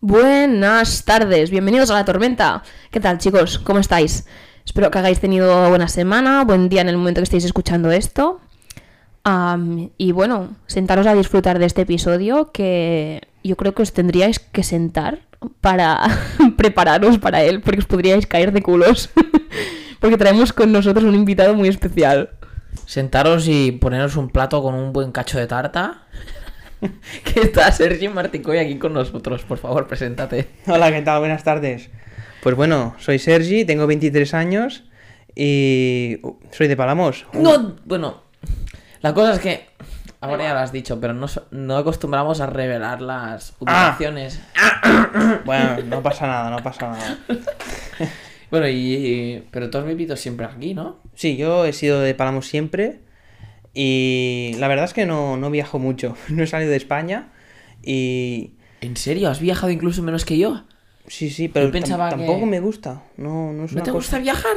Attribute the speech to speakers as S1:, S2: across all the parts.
S1: Buenas tardes, bienvenidos a la tormenta. ¿Qué tal chicos? ¿Cómo estáis? Espero que hayáis tenido buena semana, buen día en el momento que estéis escuchando esto. Am, y bueno, sentaros a disfrutar de este episodio que yo creo que os tendríais que sentar para prepararos para él, porque os podríais caer de culos. porque traemos con nosotros un invitado muy especial.
S2: Sentaros y poneros un plato con un buen cacho de tarta. que está Sergi Marticoy aquí con nosotros. Por favor, preséntate.
S3: Hola, ¿qué tal? Buenas tardes. Pues bueno, soy Sergi, tengo 23 años y uh, soy de Palamos.
S2: No, bueno. La cosa es que. Ahora ya lo has dicho, pero no, so- no acostumbramos a revelar las
S3: Ah.
S2: ubicaciones.
S3: Bueno, no pasa nada, no pasa nada.
S2: Bueno, y, y- Pero tú has vivido siempre aquí, ¿no?
S3: Sí, yo he sido de Palamos siempre y la verdad es que no, no viajo mucho. No he salido de España y...
S2: ¿En serio? ¿Has viajado incluso menos que yo?
S3: Sí, sí, pero
S2: Yo pensaba
S3: tam- tampoco
S2: que-
S3: me gusta. No, no es
S2: ¿No
S3: Pues una
S2: te
S3: cosa-
S2: gusta viajar?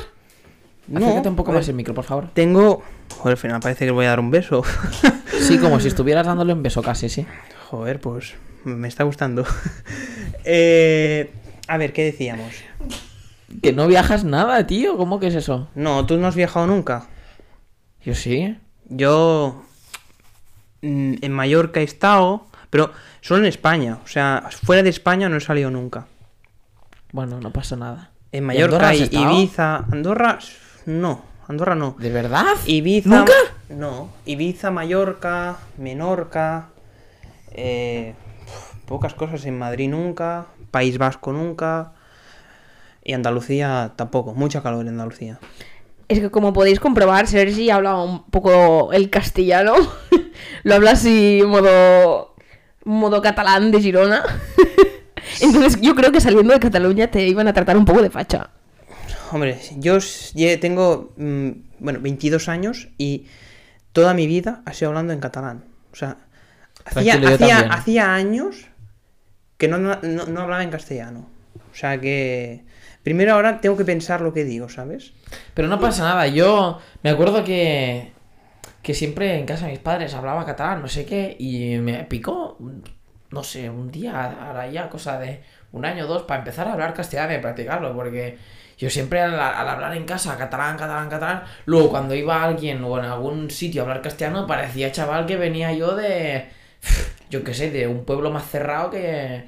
S3: No, Eh.
S2: Acércate un poco
S3: a ver,
S2: más el micro, por favor.
S3: Tengo... Joder, al final parece que le voy a dar un beso.
S2: Sí, como si estuvieras dándole un beso casi, sí.
S3: Joder, pues me está gustando. Eh, a ver, ¿qué decíamos?
S2: Que no viajas nada, tío. ¿Cómo que es eso?
S3: No, tú no has viajado nunca.
S2: Yo sí.
S3: Yo mm, en Mallorca he estado, pero solo en España. O sea, fuera de España no he salido nunca.
S2: Bueno, no pasa nada.
S3: En
S2: ¿Y
S3: Mallorca,
S2: Andorra has
S3: I-
S2: estado?
S3: Ibiza, Andorra, no, Andorra no.
S2: ¿De verdad?
S3: Ibiza,
S2: ¿Nunca?
S3: No, Ibiza, Mallorca, Menorca, eh, pf, pocas cosas en Madrid nunca, País Vasco nunca y Andalucía tampoco, mucha calor en Andalucía.
S1: Es que como podéis comprobar, Sergi habla un poco el castellano. Lo habla así modo modo catalán de Girona. Entonces yo creo que saliendo de Cataluña te iban a tratar un poco de facha.
S3: Hombre, yo s- ye- tengo, mm, bueno, 22 años y toda mi vida ha sido hablando en catalán. O sea, hacía,
S2: Tranquilo, yo
S3: hacía-
S2: también.
S3: hacía años que no, no- no hablaba en castellano. O sea que primero ahora tengo que pensar lo que digo, ¿sabes?
S2: Pero no pasa nada. Yo me acuerdo que, que siempre en casa de mis padres hablaba catalán, no sé qué, y me picó, no sé, un día, ahora ya cosa de un año o dos, para empezar a hablar castellano y practicarlo, porque yo siempre al, al hablar en casa catalán, catalán, catalán, luego cuando iba a alguien o en algún sitio a hablar castellano, parecía chaval que venía yo de, yo qué sé, de un pueblo más cerrado que,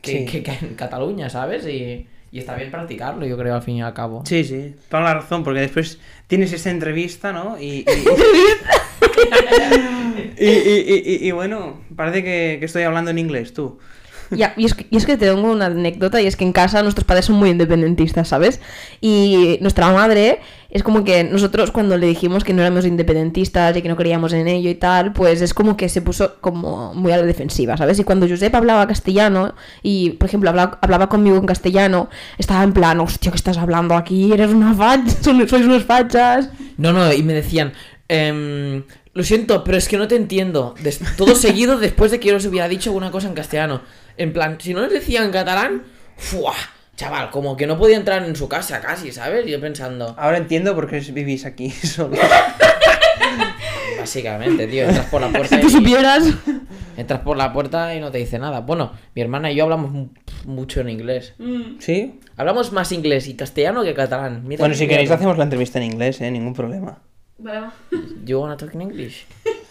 S2: que,
S3: Sí.
S2: que- que en Cataluña, ¿sabes? Y, y está bien practicarlo, yo creo, al fin y al cabo.
S3: Sí, sí, toda la razón, porque después tienes esta entrevista, ¿no? Y, y, y, y- y- y bueno, parece que, que estoy hablando en inglés, tú.
S1: Ya, y, es que, y es que te tengo una anécdota y es que en casa nuestros padres son muy independentistas, ¿sabes? Y nuestra madre es como que nosotros cuando le dijimos que no éramos independentistas y que no creíamos en ello y tal, pues es como que se puso como muy a la defensiva, ¿sabes? Y cuando Josep hablaba castellano y, por ejemplo, hablaba, hablaba conmigo en castellano, estaba en plan, hostia, ¿qué estás hablando aquí? Eres una facha, son- sois unos fachas.
S2: No, no, y me decían, em, lo siento, pero es que no te entiendo. Des- todo seguido después de que yo les hubiera dicho alguna cosa en castellano. En plan, si no les decía en catalán, ¡fua! Chaval, como que no podía entrar en su casa casi, ¿sabes? Yo pensando,
S3: Ahora entiendo por qué vivís aquí solo.
S2: básicamente, tío, entras por la puerta
S1: Si tú
S2: y,
S1: supieras...
S2: entras por la puerta y no te dice nada. Bueno, mi hermana y yo hablamos mu- mucho en inglés.
S3: ¿Sí?
S2: Hablamos más inglés y castellano que catalán. Mira,
S3: Bueno, si
S2: mira,
S3: queréis hacemos la entrevista en inglés, ¿eh? Ningún problema.
S2: You wanna talk in English?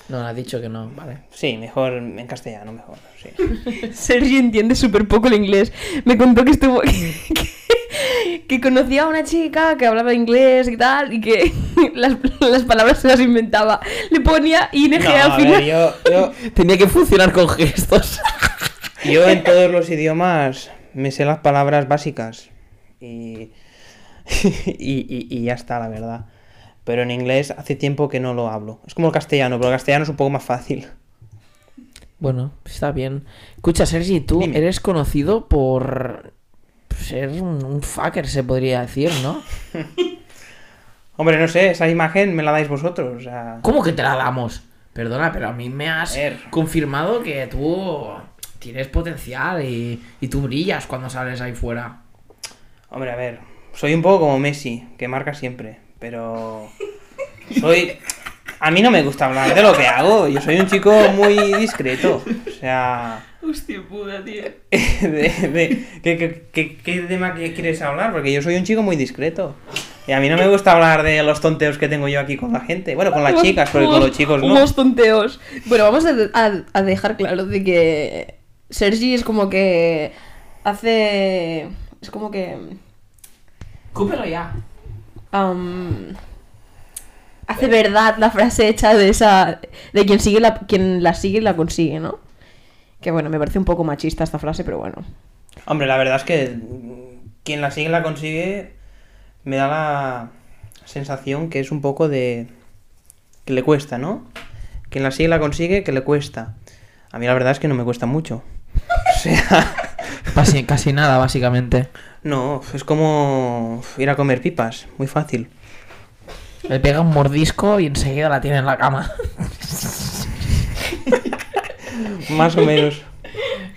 S2: No, ha dicho que no, vale.
S3: Sí, mejor en castellano, mejor, sí.
S1: Sergi entiende súper poco el inglés. Me contó que estuvo. Que, que- que conocía a una chica que hablaba inglés y tal, y que las, las palabras se las inventaba. Le ponía ING
S3: No,
S1: al
S3: a
S1: final.
S3: ver, yo, yo,
S2: Tenía que funcionar con gestos.
S3: yo en todos los idiomas me sé las palabras básicas y, y, y- y ya está, la verdad. Pero en inglés hace tiempo que no lo hablo. Es como el castellano, pero el castellano es un poco más fácil.
S2: Bueno, está bien. Escucha, Sergi, tú
S3: Dime.
S2: eres conocido por ser un, un fucker, se podría decir, ¿no?
S3: Hombre, no sé, esa imagen me la dais vosotros. o sea,
S2: ¿Cómo que te la damos? Perdona, pero a mí me has
S3: A ver.
S2: confirmado que tú tienes potencial y, y tú brillas cuando sales ahí fuera.
S3: Hombre, a ver, soy un poco como Messi, que marca siempre, pero soy... A mí no me gusta hablar de lo que hago, yo soy un chico muy discreto. O sea,
S4: Hostia puta, tío.
S3: de, de- ¿qué, qué, qué- qué tema que quieres hablar? Porque yo soy un chico muy discreto. Y a mí no me gusta hablar de los tonteos que tengo yo aquí con la gente. Bueno, con las
S1: Unos-
S3: chicas, porque con
S1: unos-
S3: los chicos no.
S1: Unos tonteos. Bueno, vamos a, a- a dejar claro de que Sergi es como que hace... Es como que...
S2: Cúpelo ya.
S1: am, hace verdad la frase hecha de esa... De quien, sigue la, quien la sigue la consigue, ¿no? Que bueno, me parece un poco machista esta frase, pero bueno.
S3: Hombre, la verdad es que mm, quien la sigue la consigue me da la sensación que es un poco de... que le cuesta, ¿no? Quien la sigue la consigue, que le cuesta. A mí la verdad es que no me cuesta mucho. O sea,
S2: Casi, casi nada, básicamente.
S3: no, es como ir a comer pipas, muy fácil.
S2: Le pega un mordisco y enseguida la tiene en la cama.
S3: Más o menos.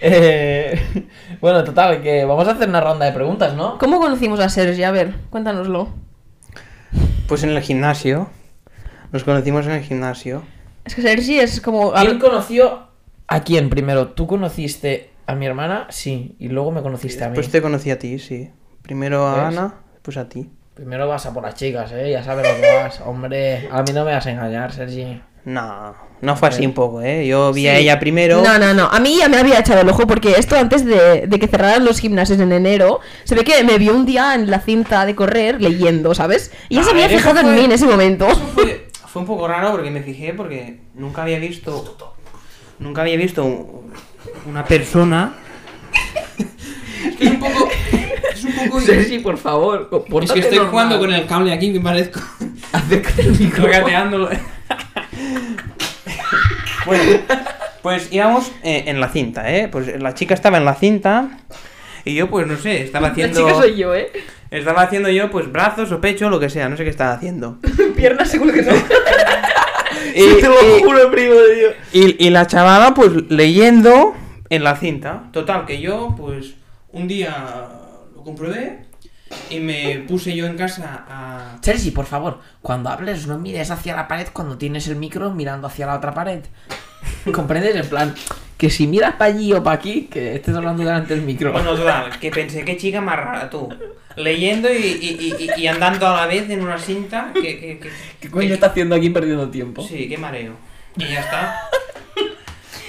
S2: Eh, bueno, total, que vamos a hacer una ronda de preguntas, ¿no?
S1: ¿Cómo conocimos a Sergi? A ver, cuéntanoslo.
S3: Pues en el gimnasio. Nos conocimos en el gimnasio.
S1: Es que Sergi es como...
S2: ¿Quién conoció a quién primero? ¿Tú conociste a mi hermana? Sí, y luego me conociste a mí.
S3: Pues te conocí a ti, sí. Primero a
S2: ¿Ves?
S3: Ana, pues a ti.
S2: Primero vas a por las chicas, ¿eh? Ya sabes lo que vas. Hombre, a mí no me vas a engañar, Sergi.
S3: No, no fue así
S2: Eh.
S3: un poco, ¿eh? Yo vi a
S2: Sí.
S3: ella primero.
S1: No, no, no. A mí ya me había echado el ojo porque esto antes de, de que cerraran los gimnasios en enero, se ve que me vio un día en la cinta de correr leyendo, ¿sabes? Y ya
S3: A
S1: se había
S3: ver, eso
S1: fijado en
S3: fue-
S1: mí en ese momento.
S3: Eso fue, fue un poco raro porque me fijé porque nunca había visto. Nunca había visto un- una persona. Es que es un poco. Es un poco.
S2: Sergi, por favor,
S3: es que estoy jugando con el cable aquí que parezco.
S2: Acércate al micrófono.
S3: Regateándolo. bueno, pues íbamos eh, en la cinta, ¿eh? Pues la chica estaba en la cinta. Y yo, pues no sé, estaba haciendo.
S1: yo, ¿eh?
S3: Estaba haciendo yo, pues brazos o pecho, lo que sea, no sé qué estaba haciendo.
S1: Piernas seguro que no.
S3: Y,
S2: Eh,
S3: y-
S2: primo de Dios.
S3: Y, y la chavala, pues leyendo en la cinta. Total, que yo, pues un día lo comprobé y me puse yo en casa a.
S2: Sergi, por favor, cuando hables no mires hacia la pared cuando tienes el micro mirando hacia la otra pared. ¿Comprendes? En plan, que si miras para allí o para aquí, que estés hablando delante del micro.
S3: Bueno, total, que pensé, qué chica más rara tú. Leyendo y, y- y- y andando a la vez en una cinta. Que, que- que-
S2: ¿Qué coño está haciendo aquí perdiendo tiempo?
S3: Sí, qué mareo. Y ya está.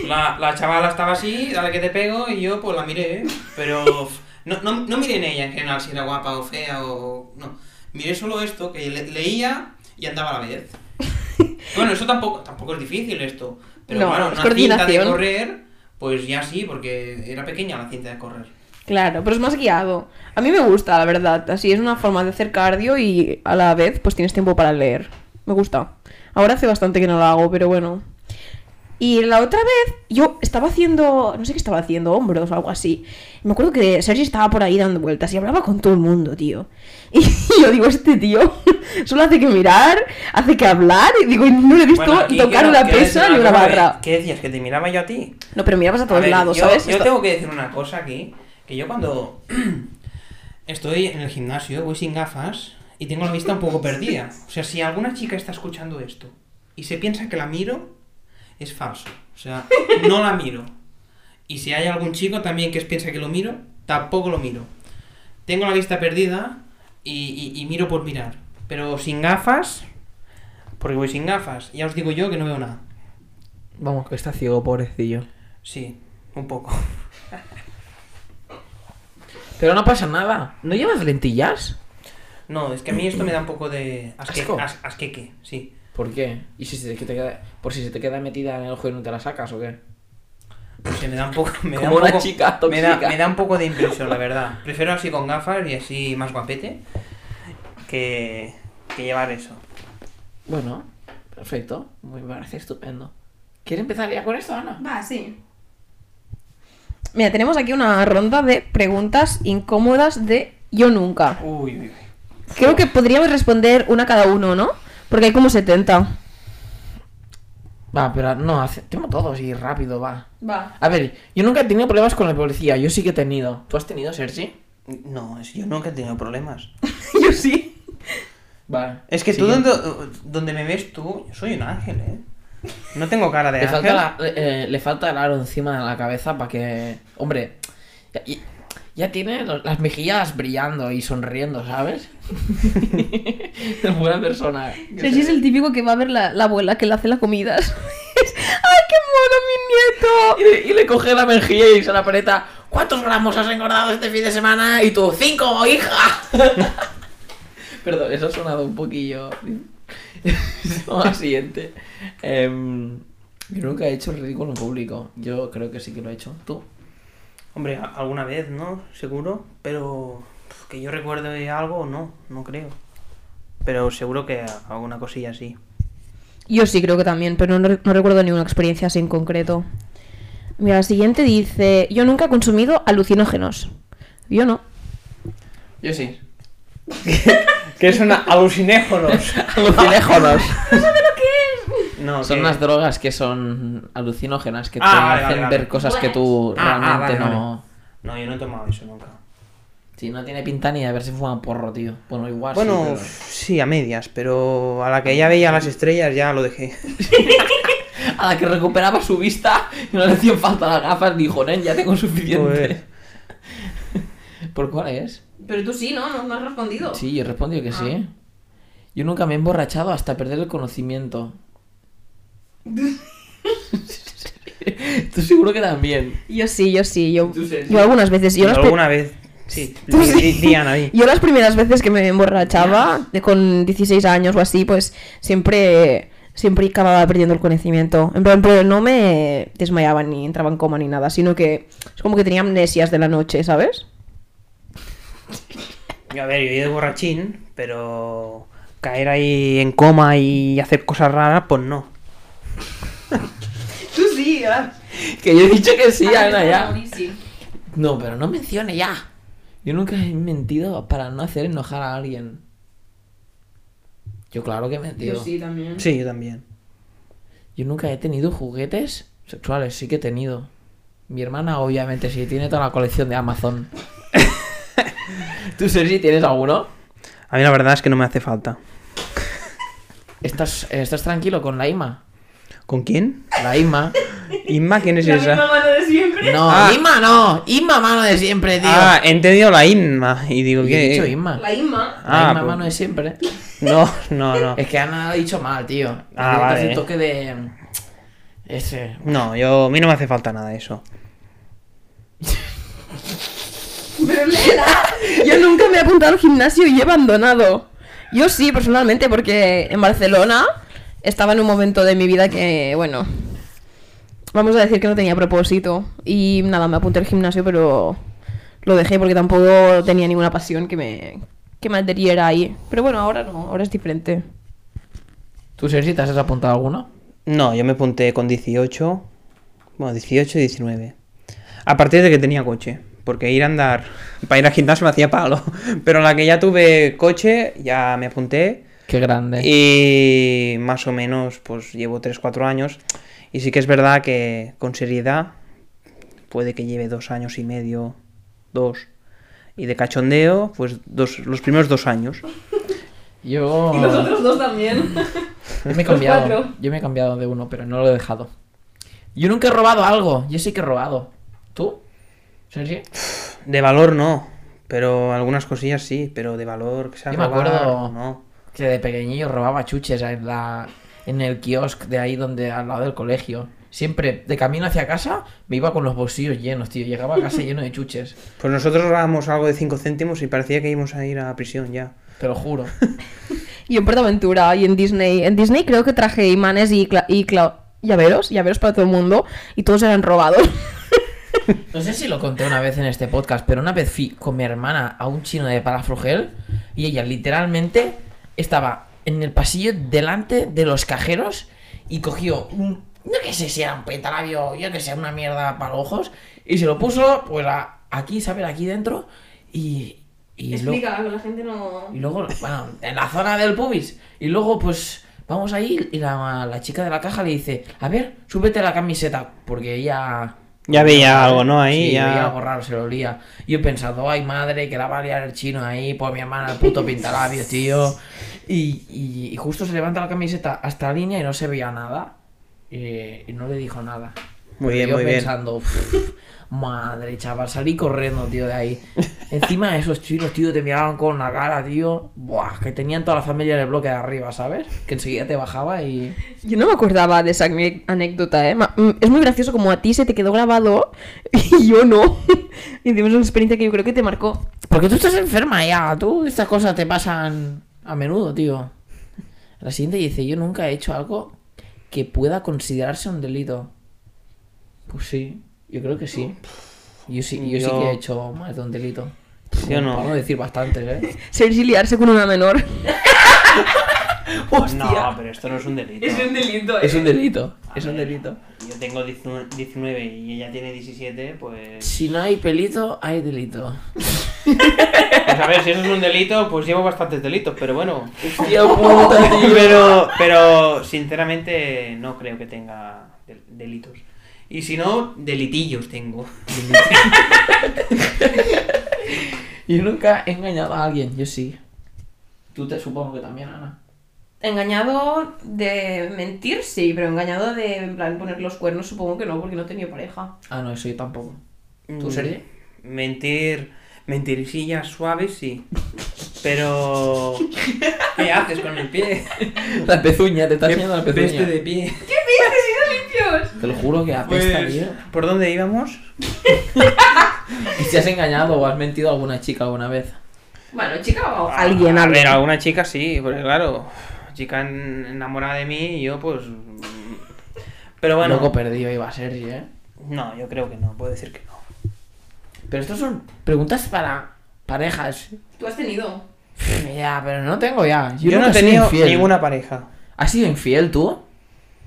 S3: La, la chavala estaba así, dale que te pego, y yo pues la miré, ¿eh? Pero no, no, no miré en ella en general si era guapa o fea o... No, miré solo esto, que le- leía y andaba a la vez. Bueno, eso tampoco, tampoco es difícil esto. Pero
S1: No, es
S3: bueno, una cinta de
S1: coordinación.
S3: correr, pues ya sí, porque era pequeña la cinta de correr.
S1: Claro, pero es más guiado. A mí me gusta, la verdad. Así es una forma de hacer cardio y a la vez pues tienes tiempo para leer. Me gusta. Ahora hace bastante que no lo hago, pero bueno. Y la otra vez yo estaba haciendo, no sé qué estaba haciendo, hombros o algo así. Me acuerdo que Sergi estaba por ahí dando vueltas y hablaba con todo el mundo, tío. Y yo digo, este tío solo hace que mirar, hace que hablar. Y digo, no le he visto
S3: Bueno, aquí
S1: tocar
S3: quiero-
S1: una
S3: quiero decir
S1: pesa ni una
S3: cosa,
S1: barra.
S3: ¿eh? ¿Qué decías? ¿Que te miraba yo a ti?
S1: No, pero mirabas a
S3: A
S1: todos
S3: ver,
S1: lados,
S3: yo,
S1: ¿sabes?
S3: Yo
S1: Esto-
S3: tengo que decir una cosa aquí, que yo cuando estoy en el gimnasio, voy sin gafas y tengo la vista un poco perdida. O sea, si alguna chica está escuchando esto y se piensa que la miro, es falso. O sea, no la miro. Y si hay algún chico también que piensa que lo miro, tampoco lo miro. Tengo la vista perdida y, y- y miro por mirar. Pero sin gafas, porque voy sin gafas, ya os digo yo que no veo nada.
S2: Vamos, que está ciego, pobrecillo.
S3: Sí, un poco.
S2: Pero no pasa nada. ¿No llevas lentillas?
S3: No, es que a mí esto me da un poco de asque,
S2: Asco.
S3: as- asqueque, sí.
S2: ¿Por qué? ¿Y si se te queda, por si se te queda metida en el ojo y no te la sacas o qué?
S3: Se me da un poco, me da
S2: Como
S3: un
S2: una
S3: poco-
S2: chica
S3: me da,
S2: tóxica.
S3: me da un poco de impresión, la verdad. Prefiero así con gafas y así más guapete que, que llevar eso.
S2: Bueno, perfecto. Me parece estupendo. ¿Quieres empezar ya con esto, Ana?
S4: Va, sí.
S1: Mira, tenemos aquí una ronda de preguntas incómodas de yo nunca.
S3: Uy, uy, uy.
S1: Creo que podríamos responder una cada uno, ¿no? Porque hay como 70.
S2: Va, pero no, hace- tengo todos y rápido, va.
S1: Va.
S2: A ver, yo nunca he tenido problemas con la policía, yo sí que he tenido. ¿Tú has tenido, Sergi?
S3: No, es- yo nunca he tenido problemas.
S1: yo sí.
S2: Vale.
S3: Es que tú
S2: Siguiente.
S3: donde, donde me ves tú, yo soy un ángel, ¿eh? No tengo cara de
S2: Le falta,
S3: ángel.
S2: la- eh, le falta el aro encima de la cabeza para que. Hombre, ya, y- ya tiene los- las mejillas brillando y sonriendo, ¿sabes? Buena persona.
S1: Sergi es el típico que va a ver la, la abuela que le hace la comida. ¡Ay, qué mono, mi
S2: Y
S1: nieto!
S2: le, y le coge la mejilla y se la aprieta. ¿Cuántos gramos has engordado este fin de semana? Y tú, ¡cinco, hija! Perdón, eso ha sonado un poquillo. Vamos al siguiente. Em, yo nunca he hecho el ridículo en público. Yo creo que sí que lo he hecho. ¿Tú?
S3: Hombre, a- alguna vez, ¿no? Seguro. Pero pf, que yo recuerde algo, no, no creo. Pero seguro que alguna cosilla así.
S1: Yo sí creo que también, pero no, re- no recuerdo ninguna experiencia así en concreto. Mira, la siguiente dice: Yo nunca he consumido alucinógenos. Yo no.
S2: Yo sí.
S3: Que son alucinéfonos.
S2: Alucinéfonos.
S3: No,
S2: Son
S3: que-
S2: unas drogas que son alucinógenas que
S3: Ah,
S2: te
S3: vale,
S2: hacen
S3: vale, vale.
S2: ver cosas que tú
S3: Ah, ah,
S2: realmente
S3: vale,
S2: no.
S3: vale. No, yo no he tomado eso nunca.
S2: Sí, no tiene pinta ni de haberse fumado porro, tío. Bueno, igual. Ah, sí,
S3: Bueno,
S2: pero-
S3: sí, a medias, pero a la que ya veía las estrellas ya lo dejé.
S2: A la que recuperaba su vista y no le hacían falta las gafas, dijo, nen, ya tengo suficiente.
S3: Joder.
S2: ¿Por cuál es?
S1: Pero tú sí, ¿no? No, has respondido. Ah.
S2: Sí, yo he respondido que sí. Yo nunca me he emborrachado hasta perder el conocimiento. Tú seguro que también.
S1: Yo sí, yo sí. Yo,
S2: Tú sí, sí.
S1: yo algunas veces. Yo
S3: Pero
S1: las, pri-
S3: alguna vez. Sí,
S1: Tú Pues
S3: di-
S1: sí.
S3: di- Diana ahí.
S1: Yo las primeras veces que me emborrachaba, de con 16 años o así, pues siempre siempre acababa perdiendo el conocimiento. En plan, pero no me desmayaba ni entraba en coma ni nada, sino que es como que tenía amnesias de la noche, ¿sabes?
S3: Yo, A ver, yo he ido borrachín, pero caer ahí en coma y hacer cosas raras, pues no.
S1: Tú sí,
S2: Que yo he dicho que sí, Ana, ya. No, pero no mencione ya. Yo nunca he mentido para no hacer enojar a alguien. Yo claro que he mentido.
S1: también.
S3: Sí, yo también.
S2: Yo nunca he tenido juguetes sexuales, sí que he tenido. Mi hermana, obviamente, sí, tiene toda la colección de Amazon. ¿Tú, Sergi, tienes alguno?
S3: A mí la verdad es que no me hace falta.
S2: ¿Estás, estás tranquilo con la Ima?
S3: ¿Con quién?
S2: La Ima.
S3: ¿Inma? ¿Quién es esa?
S1: de siempre.
S2: No,
S3: Ah.
S2: Ima no. Ima, mano de siempre, tío.
S3: Ah, he entendido la Inma. Y digo,
S2: Yo he
S3: ¿qué?
S2: dicho Ima. La,
S1: Inma.
S3: Ah,
S2: Ima,
S3: pues-
S2: mano de siempre.
S3: No, no, no.
S2: Es que Ana lo ha dicho mal, tío.
S3: Ah,
S2: Le
S3: vale.
S2: hace toque de... Ese...
S3: No, yo, a mí no me hace falta nada de eso.
S1: Yo nunca me he apuntado al gimnasio y he abandonado. Yo sí, personalmente, porque en Barcelona estaba en un momento de mi vida que, bueno, vamos a decir que no tenía propósito. Y nada, me apunté al gimnasio, pero lo dejé porque tampoco tenía ninguna pasión que me, que me adheriera ahí. Pero bueno, ahora no, ahora es diferente.
S2: ¿Tú, Sergi, te has apuntado alguno?
S3: No, yo me apunté con 18. Bueno, 18 y 19. A partir de que tenía coche. Porque ir a andar, para ir al gimnasio me hacía palo. Pero en la que ya tuve coche, ya me apunté.
S2: Qué grande.
S3: Y más o menos, pues llevo 3-4 años. Y sí que es verdad que con seriedad, puede que lleve dos años y medio, dos. Y de cachondeo, pues dos, los primeros dos años.
S2: Yo...
S1: dos también.
S2: Yo me he cambiado.
S1: cuatro.
S2: Yo me he cambiado de uno, pero no lo he dejado. Yo nunca he robado algo. Yo sí que he robado. ¿Tú? ¿Sergi?
S3: De valor no, pero algunas cosillas sí, pero de valor que sea
S2: Yo me
S3: robar,
S2: acuerdo-
S3: no.
S2: Que de pequeñillo robaba chuches en la en el kiosk de ahí donde al lado del colegio. Siempre de camino hacia casa me iba con los bolsillos llenos, tío. Llegaba a casa lleno de chuches.
S3: Pues nosotros robábamos algo de 5 céntimos y parecía que íbamos a ir a prisión ya.
S2: Te lo juro.
S1: Y en PortAventura y en Disney. En Disney creo que traje imanes y, cla- y cla- llaveros, llaveros para todo el mundo, y todos eran robados.
S2: No sé si lo conté una vez en este podcast, pero una vez fui con mi hermana a un chino de Palafrugel y ella literalmente estaba en el pasillo delante de los cajeros y cogió un. No que sé si era un pentalabio, yo que sé, una mierda para ojos y se lo puso, pues a, aquí, ¿sabes? Aquí dentro y. y lo-
S1: la gente no.
S2: y luego, bueno, en la zona del pubis. Y luego, pues, vamos ahí y la, la chica de la caja le dice, a ver, súbete la camiseta, porque ella...
S3: Ya veía algo, ¿no? Ahí
S2: Sí,
S3: ya-
S2: veía algo raro, se lo olía. Y yo he pensado, ay madre, que la va a liar el chino ahí, pues mi hermana, el puto pintalabios, tío. Y, y- y justo se levanta la camiseta hasta la línea y no se veía nada. eh, y no le dijo nada.
S3: Muy
S2: Pero
S3: bien,
S2: yo
S3: muy bien.
S2: pensando, "Uf, madre chaval, salí corriendo, tío, de ahí. Encima esos chinos, tío, te miraban con una cara, tío. Buah, que tenían toda la familia en el bloque de arriba, ¿sabes? Que enseguida te bajaba y.
S1: Yo no me acordaba de esa ane- anécdota, ¿eh? Ma- mm, Es muy gracioso como a ti se te quedó grabado y yo no. Y tuvimos una experiencia que yo creo que te marcó.
S2: Porque tú estás enferma ya, tú estas cosas te pasan a menudo, tío. La siguiente dice, yo nunca he hecho algo que pueda considerarse un delito. Pues sí, yo creo que sí. Yo sí, yo, sí
S3: Yo-
S2: que he hecho más de un delito.
S3: ¿Sí o no?
S2: Vamos a decir bastantes, ¿eh?
S1: Ser y liarse con una menor.
S3: No, pero esto no es un delito.
S1: delito,
S2: Es un delito, es un delito.
S3: Yo tengo 19 y ella tiene 17, pues...
S2: Si no hay pelito, hay delito.
S3: Pues a ver, si eso es un delito, pues llevo bastantes delitos, pero bueno.
S2: Tío, puta, tío.
S3: Pero, pero sinceramente no creo que tenga del- delitos. Y si no, delitillos tengo.
S2: Yo nunca he engañado a alguien, yo sí. Tú te supongo que también, Ana.
S1: Engañado de mentir, sí, pero engañado de en plan, poner los cuernos, supongo que no, porque no tenía pareja.
S2: Ah, no, eso yo tampoco. ¿Tú,
S3: Mm,
S2: Sergi?
S3: Mentir... Mentirillas suaves, sí. Pero... ¿Qué haces con el pie?
S2: La pezuña, te estás
S3: ¿Qué
S2: enseñando la
S3: peste
S2: pezuña.
S3: de pie?
S2: Te lo juro que apesta,
S3: Pues,
S2: tío.
S3: ¿Por dónde íbamos?
S2: ¿Y si has engañado o has mentido a alguna chica alguna vez?
S1: Bueno, chica,
S2: Ah.
S1: o alguien,
S3: A ver,
S1: alguien.
S3: alguna chica sí, porque claro, chica en- enamorada de mí y yo pues... mm, Pero bueno...
S2: Loco perdido iba a ser, ¿eh?
S3: No, yo creo que no, puedo decir que no.
S2: Pero estas son preguntas para parejas.
S1: Tú has tenido.
S2: Pff, Ya, pero no tengo ya.
S3: Yo,
S2: Yo,
S3: no he
S2: nunca
S3: tenido
S2: sido infiel.
S3: ninguna pareja.
S2: ¿Has sido infiel tú?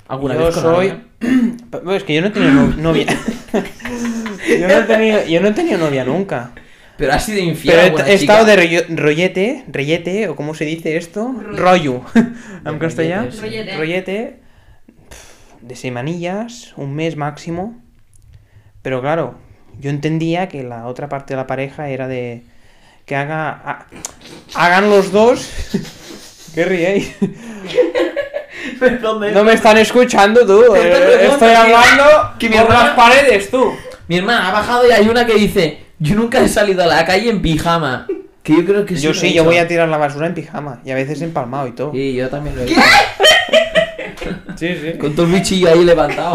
S2: ¿Alguna
S3: Yo
S2: vez con
S3: soy...
S2: alguien?
S3: Pues es que yo no he tenido no- novia. yo, no he tenido, yo no he tenido novia nunca.
S2: Pero has sido infiel
S3: Pero
S2: a
S3: he,
S2: alguna
S3: he
S2: chica?
S3: estado de rollo- rollete, rellete, o cómo se dice esto,
S1: Rollo.
S3: rollo,
S2: De
S3: en castellano.
S2: rollete,
S1: sí. Rollete.
S3: Rollete, pf, de semanillas, un mes máximo. Pero claro, yo entendía que la otra parte de la pareja era de que haga, ha- hagan los dos. ¿Qué ríais?
S2: ¿eh?
S3: No me están escuchando tú,
S2: Te estoy
S3: eh, estoy
S2: preguntando
S3: hablando
S2: que mi
S3: por las
S2: hermana-
S3: paredes tú.
S2: Mi hermana ha bajado y hay una que dice: Yo nunca he salido a la calle en pijama. Que yo creo que sí.
S3: Yo
S2: lo he
S3: sí, yo
S2: hecho.
S3: voy a tirar la basura en pijama y a veces empalmado y todo.
S2: Sí, yo también lo he hecho.
S3: Sí, sí.
S2: Con todo el bichillo ahí levantado.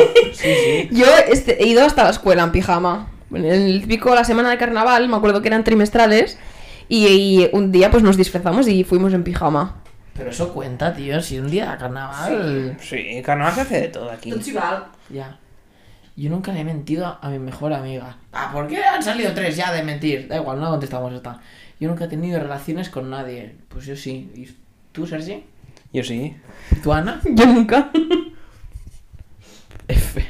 S1: Yo este, he ido hasta la escuela en pijama. En el pico la semana de carnaval, me acuerdo que eran trimestrales. Y, y un día pues nos disfrazamos y fuimos en pijama.
S2: Pero eso cuenta, tío. Si un día de carnaval.
S3: Sí, carnaval se hace de todo aquí.
S2: Ya. Yo nunca le he mentido a- a mi mejor amiga. Ah, ¿por qué han salido tres ya de mentir? Da igual, no contestamos esta. Yo nunca he tenido relaciones con nadie. Pues yo sí. ¿Y tú, Sergi?
S3: Yo sí.
S2: ¿Y tú, Ana?
S1: Yo nunca.
S2: F.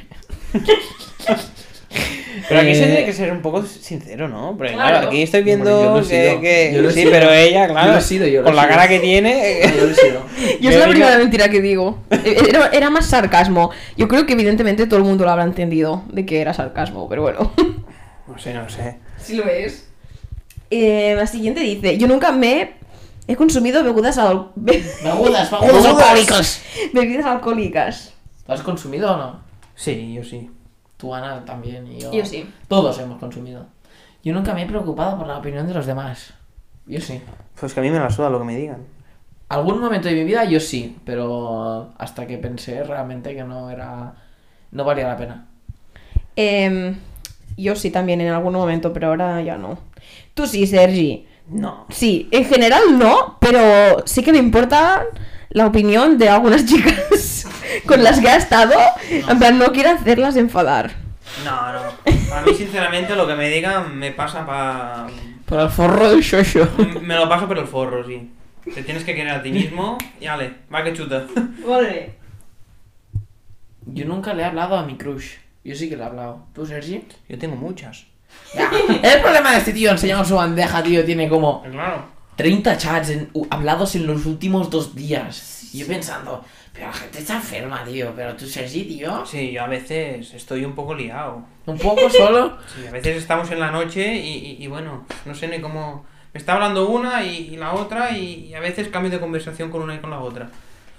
S3: Pero aquí se
S2: Eh,
S3: tiene que ser un poco sincero, ¿no? Porque claro,
S1: Claro.
S3: aquí estoy
S2: Bueno,
S3: viendo
S2: yo lo he
S3: que,
S2: sido.
S3: que-
S2: Yo lo he
S3: sí,
S2: sido.
S3: pero ella,
S2: Yo
S3: claro,
S2: lo he sido, yo lo
S3: con
S2: he
S3: la
S2: sido.
S3: cara que tiene, eh,
S2: Yo lo he sido.
S1: Yo es
S3: Yo
S1: la
S3: digo-
S1: primera mentira que digo. Eh, Era, era más sarcasmo. Yo creo que evidentemente todo el mundo lo habrá entendido de que era sarcasmo, pero bueno.
S3: no sé, no sé.
S1: Sí lo es. Eh, la siguiente dice, yo nunca me he consumido bebidas, al-
S2: Begudas, begudas alcohólicas.
S1: bebidas alcohólicas.
S2: ¿Lo has consumido o no?
S3: Sí, yo sí.
S2: Tú, Ana, también. Y yo.
S1: Yo sí.
S2: Todos hemos consumido. Yo nunca me he preocupado por la opinión de los demás. Yo sí.
S3: Pues que a mí me la suda lo que me digan.
S2: Algún momento de mi vida yo sí, pero hasta que pensé realmente que no era. no valía la pena.
S1: Em, yo sí también en algún momento, pero ahora ya no. Tú sí, Sergi.
S3: No.
S1: Sí, en general no, pero sí que me importa la opinión de algunas chicas con las que ha estado. En plan, no quiero hacerlas enfadar.
S3: No, no. A mí, sinceramente, lo que me digan me pasa pa...
S2: Para el forro del shosho.
S3: Me lo paso pero el forro, sí. Te tienes que querer a ti mismo y ale, va que chuta.
S2: Yo nunca le he hablado a mi crush. Yo sí que le he hablado. ¿Tú, Sergi?
S3: Yo tengo muchas.
S2: el problema de este tío enseñamos su bandeja, tío. Tiene como
S3: Claro.
S2: 30 chats en- u- hablados en los últimos dos días. Y yo pensando, pero la gente está enferma, tío. Pero tú, Sergi, tío.
S3: Sí, yo a veces estoy un poco liado.
S2: Un poco solo.
S3: Sí, a veces estamos en la noche y, y- y bueno, no sé ni cómo... Me está hablando una y, y la otra y, y a veces cambio de conversación con una y con la otra.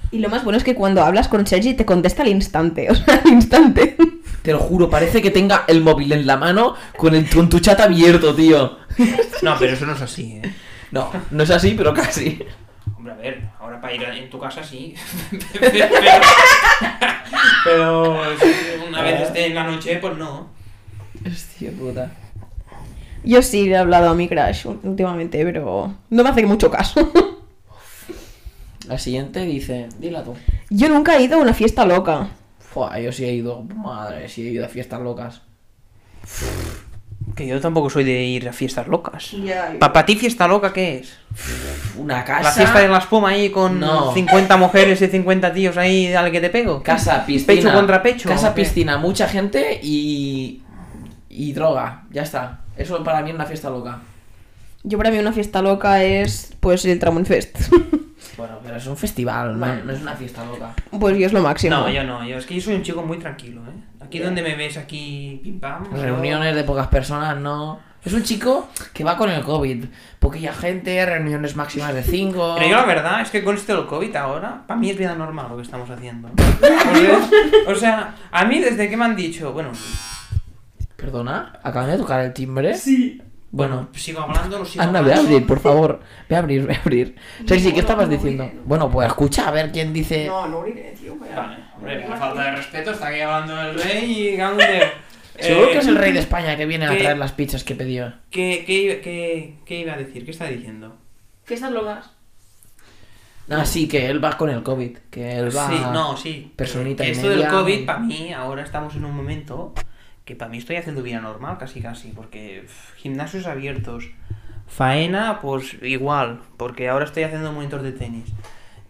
S1: Y lo más bueno es que cuando hablas con Sergi te contesta al instante, o sea, al instante.
S2: Te lo juro, parece que tenga el móvil en la mano con, el, con tu chat abierto, tío.
S3: No, pero eso no es así, ¿eh?
S2: No, no es así, pero casi.
S3: Hombre, a ver, ahora para ir a- en tu casa sí. pero, pero si una vez esté en la noche, pues no.
S2: Hostia puta.
S1: Yo sí le he hablado a mi crush últimamente, pero no me hace mucho caso.
S2: La siguiente dice, dila tú.
S1: Yo nunca he ido a una fiesta loca.
S2: Fua, yo sí he ido, madre, sí he ido a fiestas locas.
S5: Que yo tampoco soy de ir a fiestas locas.
S1: Ya, yo-
S5: ¿Para ti fiesta loca qué es?
S2: Una casa.
S5: ¿La fiesta de la espuma ahí con
S2: No.
S5: 50 mujeres y 50 tíos ahí al que te pego?
S2: Casa, piscina.
S5: ¿Pecho contra pecho?
S2: Casa,
S5: ¿O qué?
S2: piscina, mucha gente y. y droga. Ya está. Eso para mí es una fiesta loca.
S1: Yo para mí una fiesta loca es pues el Tramon Fest.
S2: Bueno, pero es un festival, no, no es una fiesta loca.
S1: pues yo es lo máximo.
S3: No, yo no, yo es que yo soy un chico muy tranquilo, ¿eh? Aquí donde me ves, aquí pim pam. yo-
S2: Reuniones de pocas personas, no. Es un chico que va con el COVID. Poquilla gente, reuniones máximas de 5.
S3: Pero yo la verdad es que con esto del COVID ahora, para mí es vida normal lo que estamos haciendo. Porque, o sea, a mí desde que me han dicho, bueno,
S2: Perdona, acaban de tocar el timbre.
S3: sí.
S2: Bueno,
S3: Sigo hablando, lo sigo
S2: Anda, ve a
S3: hablando.
S2: abrir, por favor. Ve a abrir, ve a abrir. Sergi, ¿qué estabas diciendo? Bueno, pues escucha a ver quién dice.
S3: Vale, hombre, la falta de respeto, está aquí hablando el rey y Gander.
S2: Seguro
S3: Eh,
S2: que es el rey de España que viene a
S3: ¿qué?
S2: traer las pizzas que pedía.
S3: ¿Qué, qué, qué, qué iba a decir? ¿Qué está diciendo?
S1: Fiestas locas.
S2: Ah, sí, que él va con el COVID. Que él Pues va.
S3: Sí, no, sí.
S2: personita
S3: Que
S2: y
S3: esto
S2: media.
S3: del COVID, para mí, ahora estamos en un momento que para mí estoy haciendo vida normal, casi casi, porque pff, gimnasios abiertos. Faena, pues igual, porque ahora estoy haciendo monitor de tenis.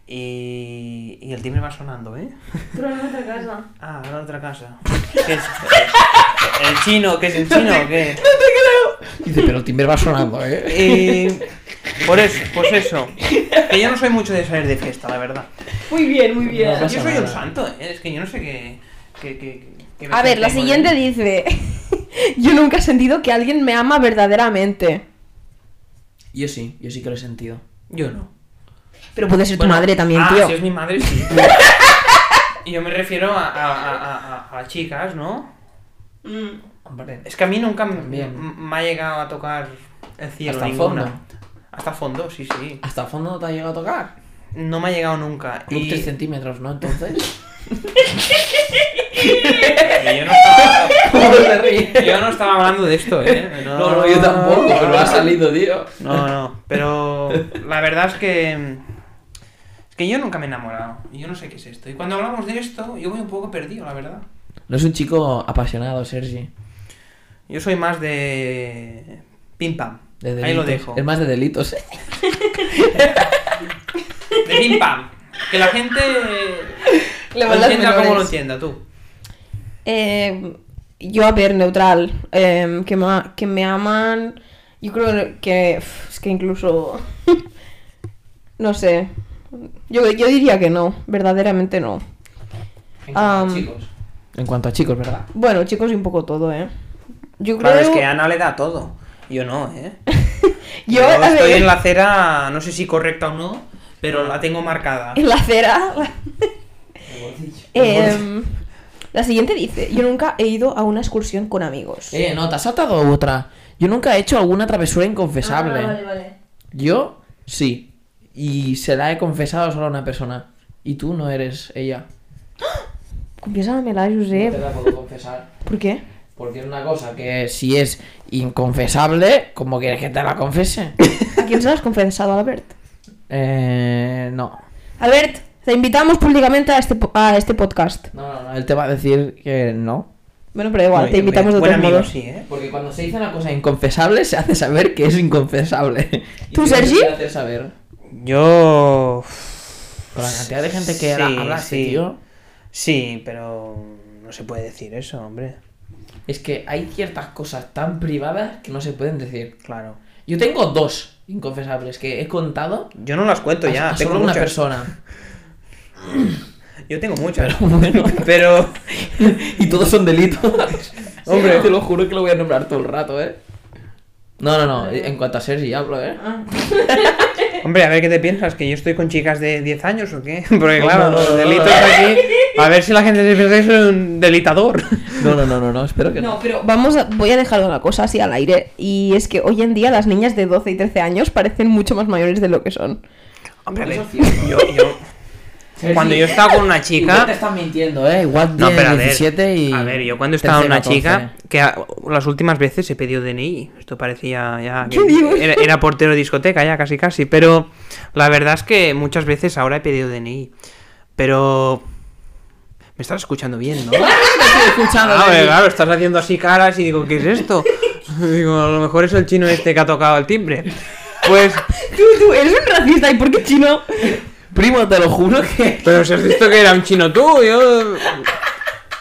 S3: Y, y el timbre va sonando, ¿eh?
S1: Pero en otra casa.
S3: Ah, ahora otra casa. ¿Qué es? ¿El chino? ¿Qué es el chino? o ¿Qué?
S2: Dice, pero el timbre va sonando, ¿eh?
S3: Eh, por eso, pues eso. Que yo no soy mucho de salir de fiesta, la verdad.
S1: Muy bien, muy
S2: bien. No
S3: yo
S2: pasa
S3: soy
S2: nada.
S3: un santo, ¿eh? es que yo no sé qué. qué- qué- qué
S1: A ver, la
S3: tengo,
S1: siguiente
S3: ¿eh?
S1: dice: Yo nunca he sentido que alguien me ama verdaderamente.
S2: Yo sí, yo sí que lo he sentido.
S3: Yo no.
S1: Pero puede ser
S3: Bueno,
S1: tu madre también,
S3: ah,
S1: tío.
S3: Si es mi madre, sí. Y yo me refiero a, a, a- a- a chicas, ¿no?
S2: Hombre,
S3: Es que a mí nunca m-
S2: También.
S3: m- me ha llegado a tocar el cielo.
S2: Hasta el
S3: ninguna.
S2: fondo.
S3: Hasta fondo, sí, sí.
S2: ¿hasta el fondo no te ha llegado a tocar?
S3: No me ha llegado nunca.
S2: Club
S3: y...
S2: 3 centímetros, ¿no? Entonces.
S3: y yo, no estaba,
S2: ¿Cómo te ríes?
S3: yo no estaba hablando de esto, ¿eh?
S2: No, no, yo tampoco, pero ha salido, tío.
S3: No, no, pero la verdad es que. Es que yo nunca me he enamorado. y Yo no sé qué es esto. Y cuando hablamos de esto, yo voy un poco perdido, la verdad.
S2: No es un chico apasionado, Sergi.
S3: Yo soy más de. Pim pam.
S2: De
S3: Ahí lo
S2: delitos.
S3: dejo.
S2: Es más de delitos. eh,
S3: De pim pam. Que la gente.
S1: Le
S3: lo
S1: van las
S3: entienda como lo
S1: menores.
S3: entienda tú.
S1: Eh, yo, a ver, neutral. Eh, que, ma- que me aman. Yo creo que. pf, Es que incluso. no sé. Yo, yo diría que no. Verdaderamente no.
S3: Venga,
S1: Am.
S3: chicos.
S2: En cuanto a chicos, ¿verdad?
S1: Bueno, chicos, y un poco todo, ¿eh? Yo creo.
S3: Claro, es que Ana le da todo. Yo no, ¿eh?
S1: yo, a
S3: estoy
S1: ver,
S3: en la acera, no sé si correcta o no, pero la tengo marcada.
S1: en la acera. Em, la siguiente dice: Yo nunca he ido a una excursión con amigos.
S2: Eh, no, te has saltado otra. Yo nunca he hecho alguna travesura inconfesable.
S1: Ah,
S2: Yo sí. Y se la he confesado solo a una persona. Y tú no eres ella.
S1: Confiésamela, Josep.
S2: No te la puedo confesar.
S1: eh. ¿Por qué?
S2: Porque es una cosa que si es inconfesable, ¿cómo quieres que te la confese?
S1: ¿A quién se lo has confesado, Albert?
S2: eh, no.
S1: Albert, te invitamos públicamente a este, po- a este podcast.
S2: No, no, no. Él te va a decir que no.
S1: Bueno, pero igual,
S3: Muy
S1: te
S3: bien,
S1: invitamos de
S3: eh, buen
S1: todos
S3: amigo,
S1: modos.
S3: sí, ¿eh?
S2: Porque cuando se dice una cosa inconfesable, se hace saber que es inconfesable. Y
S1: ¿Tú,
S2: se
S1: Sergi?
S2: hace saber.
S3: Yo.
S2: Con la cantidad de gente que
S3: Sí,
S2: habla hablaste,
S3: sí.
S2: tío.
S3: Sí, pero no se puede decir eso, hombre.
S2: Es que hay ciertas cosas tan privadas que no se pueden decir.
S3: Claro.
S2: Yo tengo dos inconfesables que he contado
S3: Yo no las cuento
S2: a,
S3: ya.
S2: a
S3: tengo
S2: solo una
S3: muchas.
S2: persona.
S3: Yo tengo muchas.
S2: Bueno,
S3: Pero.
S2: y todos son delitos.
S3: Hombre.
S2: te lo juro que lo voy a nombrar todo el rato, ¿eh? No, no, no, en cuanto a Sergi hablo, ¿eh?
S3: Hombre, a ver qué te piensas, que yo estoy con chicas de 10 años o qué. Porque claro,
S2: No, no,
S3: los
S2: no, no,
S3: delitos
S2: no.
S3: aquí. A ver si la gente se piensa que soy un delitador.
S2: No, no, no, no, no, espero que
S1: No, pero vamos a- voy a dejar una cosa así al aire. Y es que hoy en día las niñas de 12 y 13 años parecen mucho más mayores de lo que son.
S3: Hombre, a ver,
S2: Eso es cierto.
S3: yo, yo- Cuando yo estaba con una
S2: Igual te
S3: chica.
S2: estás mintiendo, ¿eh? Igual
S3: No,
S2: tiene
S3: pero a ver,
S2: 17 y...
S3: a ver, yo cuando estaba
S2: 13,
S3: una
S2: 14.
S3: chica, que a- las últimas veces he pedido DNI, esto parecía ya... que
S1: ¿Qué dices?
S3: era, era portero de discoteca ya casi casi, pero la verdad es que muchas veces ahora he pedido DNI, pero... Me estás escuchando bien, ¿no?
S2: Estoy escuchando,
S3: Claro,
S2: Dani.
S3: claro, estás haciendo así caras y digo, ¿qué es esto? Digo, a lo mejor es el chino este que ha tocado el timbre. Pues,
S1: Tú, tú, eres un racista. ¿Y por qué chino?
S2: Primo, te lo juro que
S3: pero si has visto que era un chino tú, yo...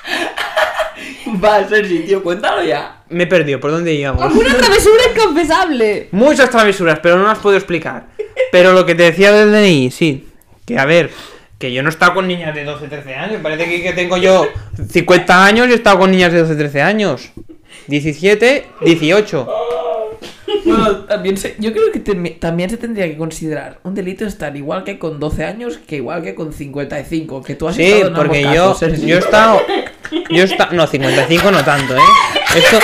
S2: va a ser sí, tío, cuéntalo ya.
S3: Me he perdido, ¿por dónde íbamos?
S1: ¡Alguna travesura inconfesable!
S3: Muchas travesuras, pero no las puedo explicar. Pero lo que te decía del DNI, sí. Que a ver, que yo no he estado con niñas de 12, 13 años. Parece que, que tengo yo 50 años y he estado con niñas de 12, 13 años. 17, 18.
S2: Bueno, también se- yo creo que te- también se tendría que considerar un delito estar igual que con 12 años que igual que con 55, que tú has
S3: Sí,
S2: estado en ambos
S3: porque yo,
S2: casos, ¿eh? Sergi.
S3: yo he estado. Yo he estado. No, 55 no tanto, ¿eh? Esto.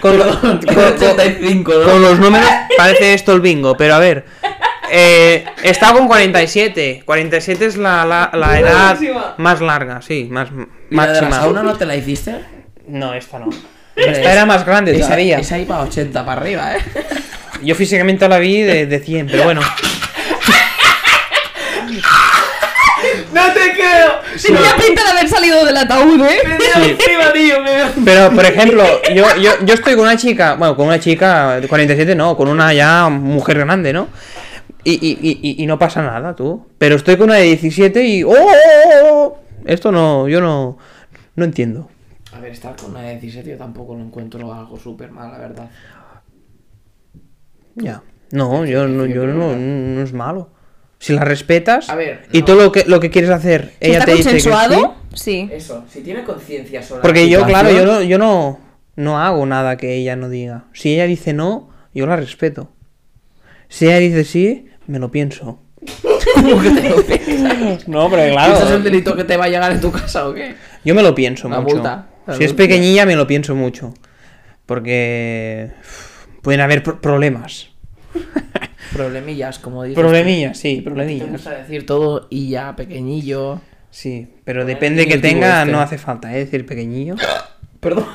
S3: Con, lo- con- con-
S2: 85, ¿no?
S3: con los números parece esto el bingo, pero a ver. Eh, he estado con 47. 47 es la, la, la edad
S1: Buenísima.
S3: más larga, sí, más
S2: ¿Y la de la sauna
S3: máxima.
S2: no te la hiciste?
S3: No, esta no.
S2: Hombre,
S3: Esta era más grande
S2: esa,
S3: todavía.
S2: Esa iba a 80 para arriba, ¿eh?
S3: Yo físicamente la vi de, de 100, pero bueno.
S2: ¡No te creo!
S1: Tenía pinta de haber salido del ataúd, ¿eh?
S3: Sí.
S2: tío!
S3: Pero, por ejemplo, yo, yo, yo estoy con una chica, bueno, con una chica de 47, no, con una ya mujer grande, ¿no? Y, y- y- y- y no pasa nada, tú. Pero estoy con una de 17 y... ¡Oh! oh, oh, oh! Esto no, yo no, no entiendo.
S2: A ver, estar con una de 17 yo tampoco lo encuentro algo súper mal, la verdad.
S3: Ya. No, yo no, yo no, no es malo. Si la respetas
S2: A ver,
S3: y
S2: no.
S3: tú lo que, lo que quieres hacer,
S1: Si
S3: ella
S1: está
S3: te dice que sí.
S1: consensuado, sí.
S2: Eso, si tiene conciencia sobre
S3: Porque
S2: la
S3: yo, claro, yo,
S2: situación-
S3: no, yo no, no hago nada que ella no diga. Si ella dice no, yo la respeto. Si ella dice sí, me lo pienso.
S2: ¿Cómo que te lo piensas?
S3: No, pero
S2: ¿Eso es el delito que te va a llegar en tu casa o qué?
S3: Yo me lo pienso
S2: La
S3: mucho.
S2: multa, la
S3: si es
S2: multa.
S3: pequeñilla, me lo pienso mucho. Porque uf, pueden haber pro- problemas.
S2: Problemillas, como dices.
S3: Problemillas, sí,
S2: Te
S3: problemillas.
S2: gusta decir todo y ya, pequeñillo.
S3: Sí, pero
S2: Poner
S3: depende
S2: el
S3: que
S2: diminutivo
S3: tenga,
S2: este.
S3: no hace falta, ¿eh? Decir pequeñillo.
S2: Perdón.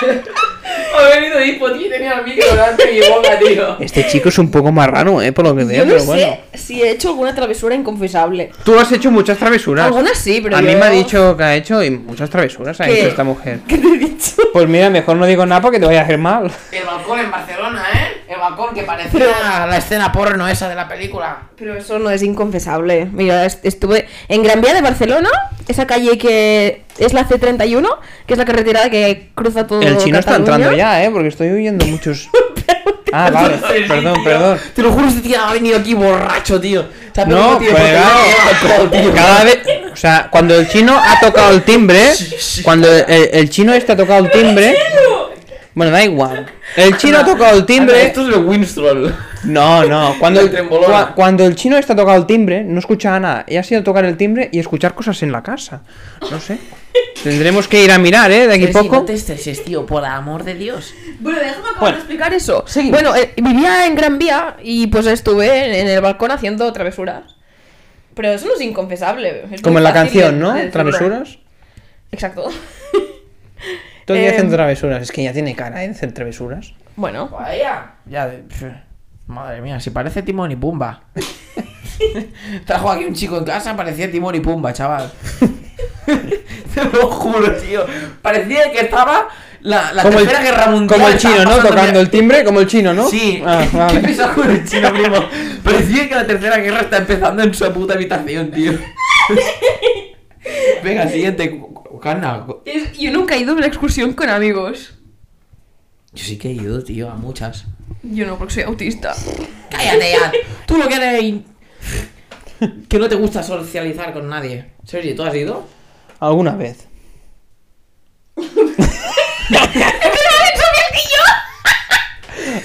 S2: Ha venido Hipo, tío, y tenía el micro delante y boca, tío.
S3: Este chico es un poco más raro, ¿eh? Por lo que veo,
S1: Yo no
S3: pero bueno.
S1: sé si he hecho alguna travesura inconfesable.
S3: Tú has hecho muchas travesuras.
S1: Algunas sí, pero
S3: A mí
S1: yo-
S3: me ha dicho que ha hecho y muchas travesuras ha
S1: ¿Qué?
S3: hecho esta mujer.
S1: ¿Qué te he dicho?
S3: Pues mira, mejor no digo nada porque te voy a hacer mal.
S2: El balcón en Barcelona, ¿eh? El balcón que parecía la escena porno esa de la película.
S1: Pero eso no es inconfesable. Mira, est- estuve en Gran Vía de Barcelona, esa calle que es la C31, que es la carretera que cruza todo
S3: El chino está
S1: Cataluña.
S3: entrando ya, ¿eh? Porque estoy oyendo muchos... Ah, vale. Perdón, perdón.
S2: Te lo juro, este tío ha venido aquí borracho, tío. Se ha pegado,
S3: No,
S2: tío,
S3: pues
S2: porque
S3: claro,
S2: no lleva alcohol, tío.
S3: cada vez... O sea, cuando el chino ha tocado el timbre... Cuando el, el chino este ha tocado el timbre... Bueno, da igual. El chino ha tocado el
S2: Anda,
S3: timbre...
S2: Esto es el Winstrol.
S3: No, no. Cuando el,
S2: El trembolona.
S3: cua- cuando el chino este ha tocado el timbre, no escuchaba nada. Y ha sido tocar el timbre y escuchar cosas en la casa. No sé. Tendremos que ir a mirar, ¿eh? De aquí
S2: Sergi,
S3: poco.
S2: No te estreses, tío, por amor de Dios.
S1: Bueno, déjame acabar
S3: Bueno.
S1: de explicar eso.
S3: Seguimos.
S1: Bueno, eh, vivía en Gran Vía y pues estuve en, en el balcón haciendo travesuras. Pero eso no es inconfesable. es muy
S3: Como en la
S1: fácil de-
S3: canción, ¿no?
S1: de decirlo.
S3: Travesuras.
S1: Exacto.
S3: Todo el día
S1: Eh,
S3: haciendo travesuras. Es que ya tiene cara, ¿eh? De hacer travesuras.
S1: Bueno,
S2: Vaya. Ya, de- pf, madre mía, si parece Timón y Pumba. Trajo aquí un chico en casa, parecía Timón y Pumba, chaval. Te lo juro, tío. Parecía que estaba la, la tercera guerra mundial.
S3: como el
S2: estaba
S3: chino, ¿no?
S2: pasando
S3: Tocando
S2: ya.
S3: el timbre, como el chino, ¿no?
S2: Sí,
S3: Ah,
S2: ¿qué
S3: vale.
S2: pasa con el chino, primo? Parecía que la tercera guerra está empezando en su puta habitación, tío. Venga, siguiente. Carna,
S1: es- yo nunca he ido a una excursión con amigos.
S2: yo sí que he ido, tío, a muchas.
S1: Yo no, porque soy autista.
S2: Cállate ya. Tú lo que eres. in- Que no te gusta socializar con nadie. Sergi, ¿tú has ido?
S3: Alguna vez.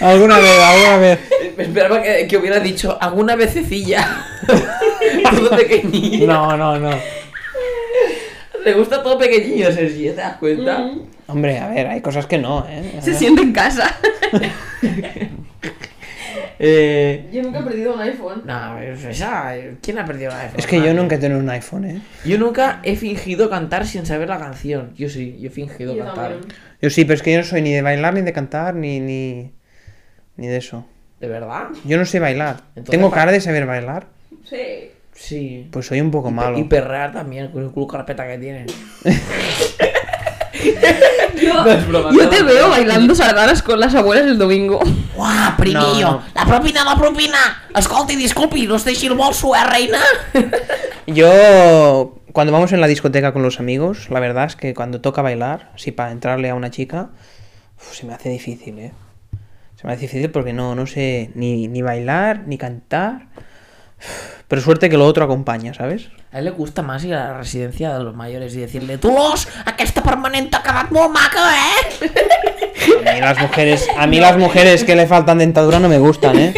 S3: ¿Alguna vez, alguna vez.
S2: me Eh, esperaba que, que hubiera dicho alguna vececilla. todo pequeñillo.
S3: No, no, no.
S2: Le gusta todo pequeñillo, Sergi, ¿te das cuenta?
S3: Mm. Hombre, a ver, hay cosas que no, ¿eh? A
S1: Se
S3: ver.
S1: siente en casa.
S2: Eh.
S1: Yo nunca he perdido un iPhone.
S2: No, esa, ¿quién ha perdido la iPhone?
S3: Es que yo nunca he tenido un iPhone, ¿eh?
S2: Yo nunca he fingido cantar sin saber la canción. Yo sí, yo he fingido cantar.
S3: Yo sí, pero es que yo no soy ni de bailar, ni de cantar, ni, ni, ni de eso.
S2: ¿De verdad?
S3: Yo no sé bailar.
S2: Entonces,
S3: ¿Tengo
S2: para-
S3: cara de saber bailar?
S1: Sí.
S2: Sí.
S3: Pues soy un poco malo.
S2: Y perrear también, con el culo carpeta que tiene.
S1: Yo,
S2: es broma,
S1: yo
S2: no,
S1: te
S2: no.
S1: veo bailando sardanas con las abuelas el domingo.
S2: ¡Uah,
S3: primillo! No, no.
S2: La propina, la propina! Escolti, disculpi, no estáis el bolso, eh, reina?
S3: Yo, cuando vamos en la discoteca con los amigos, la verdad es que cuando toca bailar, si para entrarle a una chica, uf, se me hace difícil, ¿eh? Se me hace difícil porque no, no sé ni, ni bailar, ni cantar. Pero suerte que lo otro acompaña, ¿sabes?
S2: A él le gusta más ir a la residencia de los mayores y decirle ¡Tulos! ¡Aquesta permanente ha quedat molt maca, eh!
S3: A mí las mujeres, a mí las mujeres que le faltan dentadura no me gustan, ¿eh?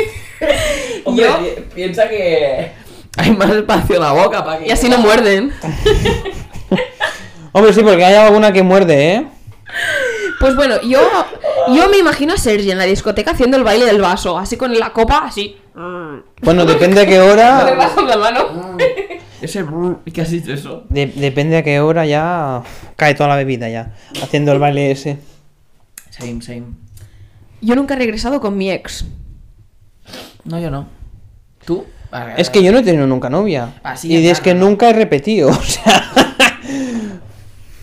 S1: Yo-
S2: piensa que... Hay más espacio en la boca para que...
S1: Y así no muerden.
S3: Hombre, sí, porque hay alguna que muerde, ¿eh?
S1: Pues bueno, yo, yo me imagino a Sergi en la discoteca haciendo el baile del vaso, así con la copa, así.
S2: Ah.
S3: Bueno, depende a qué
S1: Con el
S3: hora.
S1: vaso en la mano.
S2: Ese... brr, ¿Qué has dicho eso?
S3: de- depende a qué hora ya cae toda la bebida ya, haciendo el baile ese.
S2: Same, same.
S1: Yo nunca he regresado con mi ex.
S2: No, yo no. ¿Tú? Ah,
S3: Es que yo no he tenido nunca novia.
S2: Así
S3: y
S2: de
S3: es que
S2: claro, ¿no?
S3: nunca he repetido. O sea,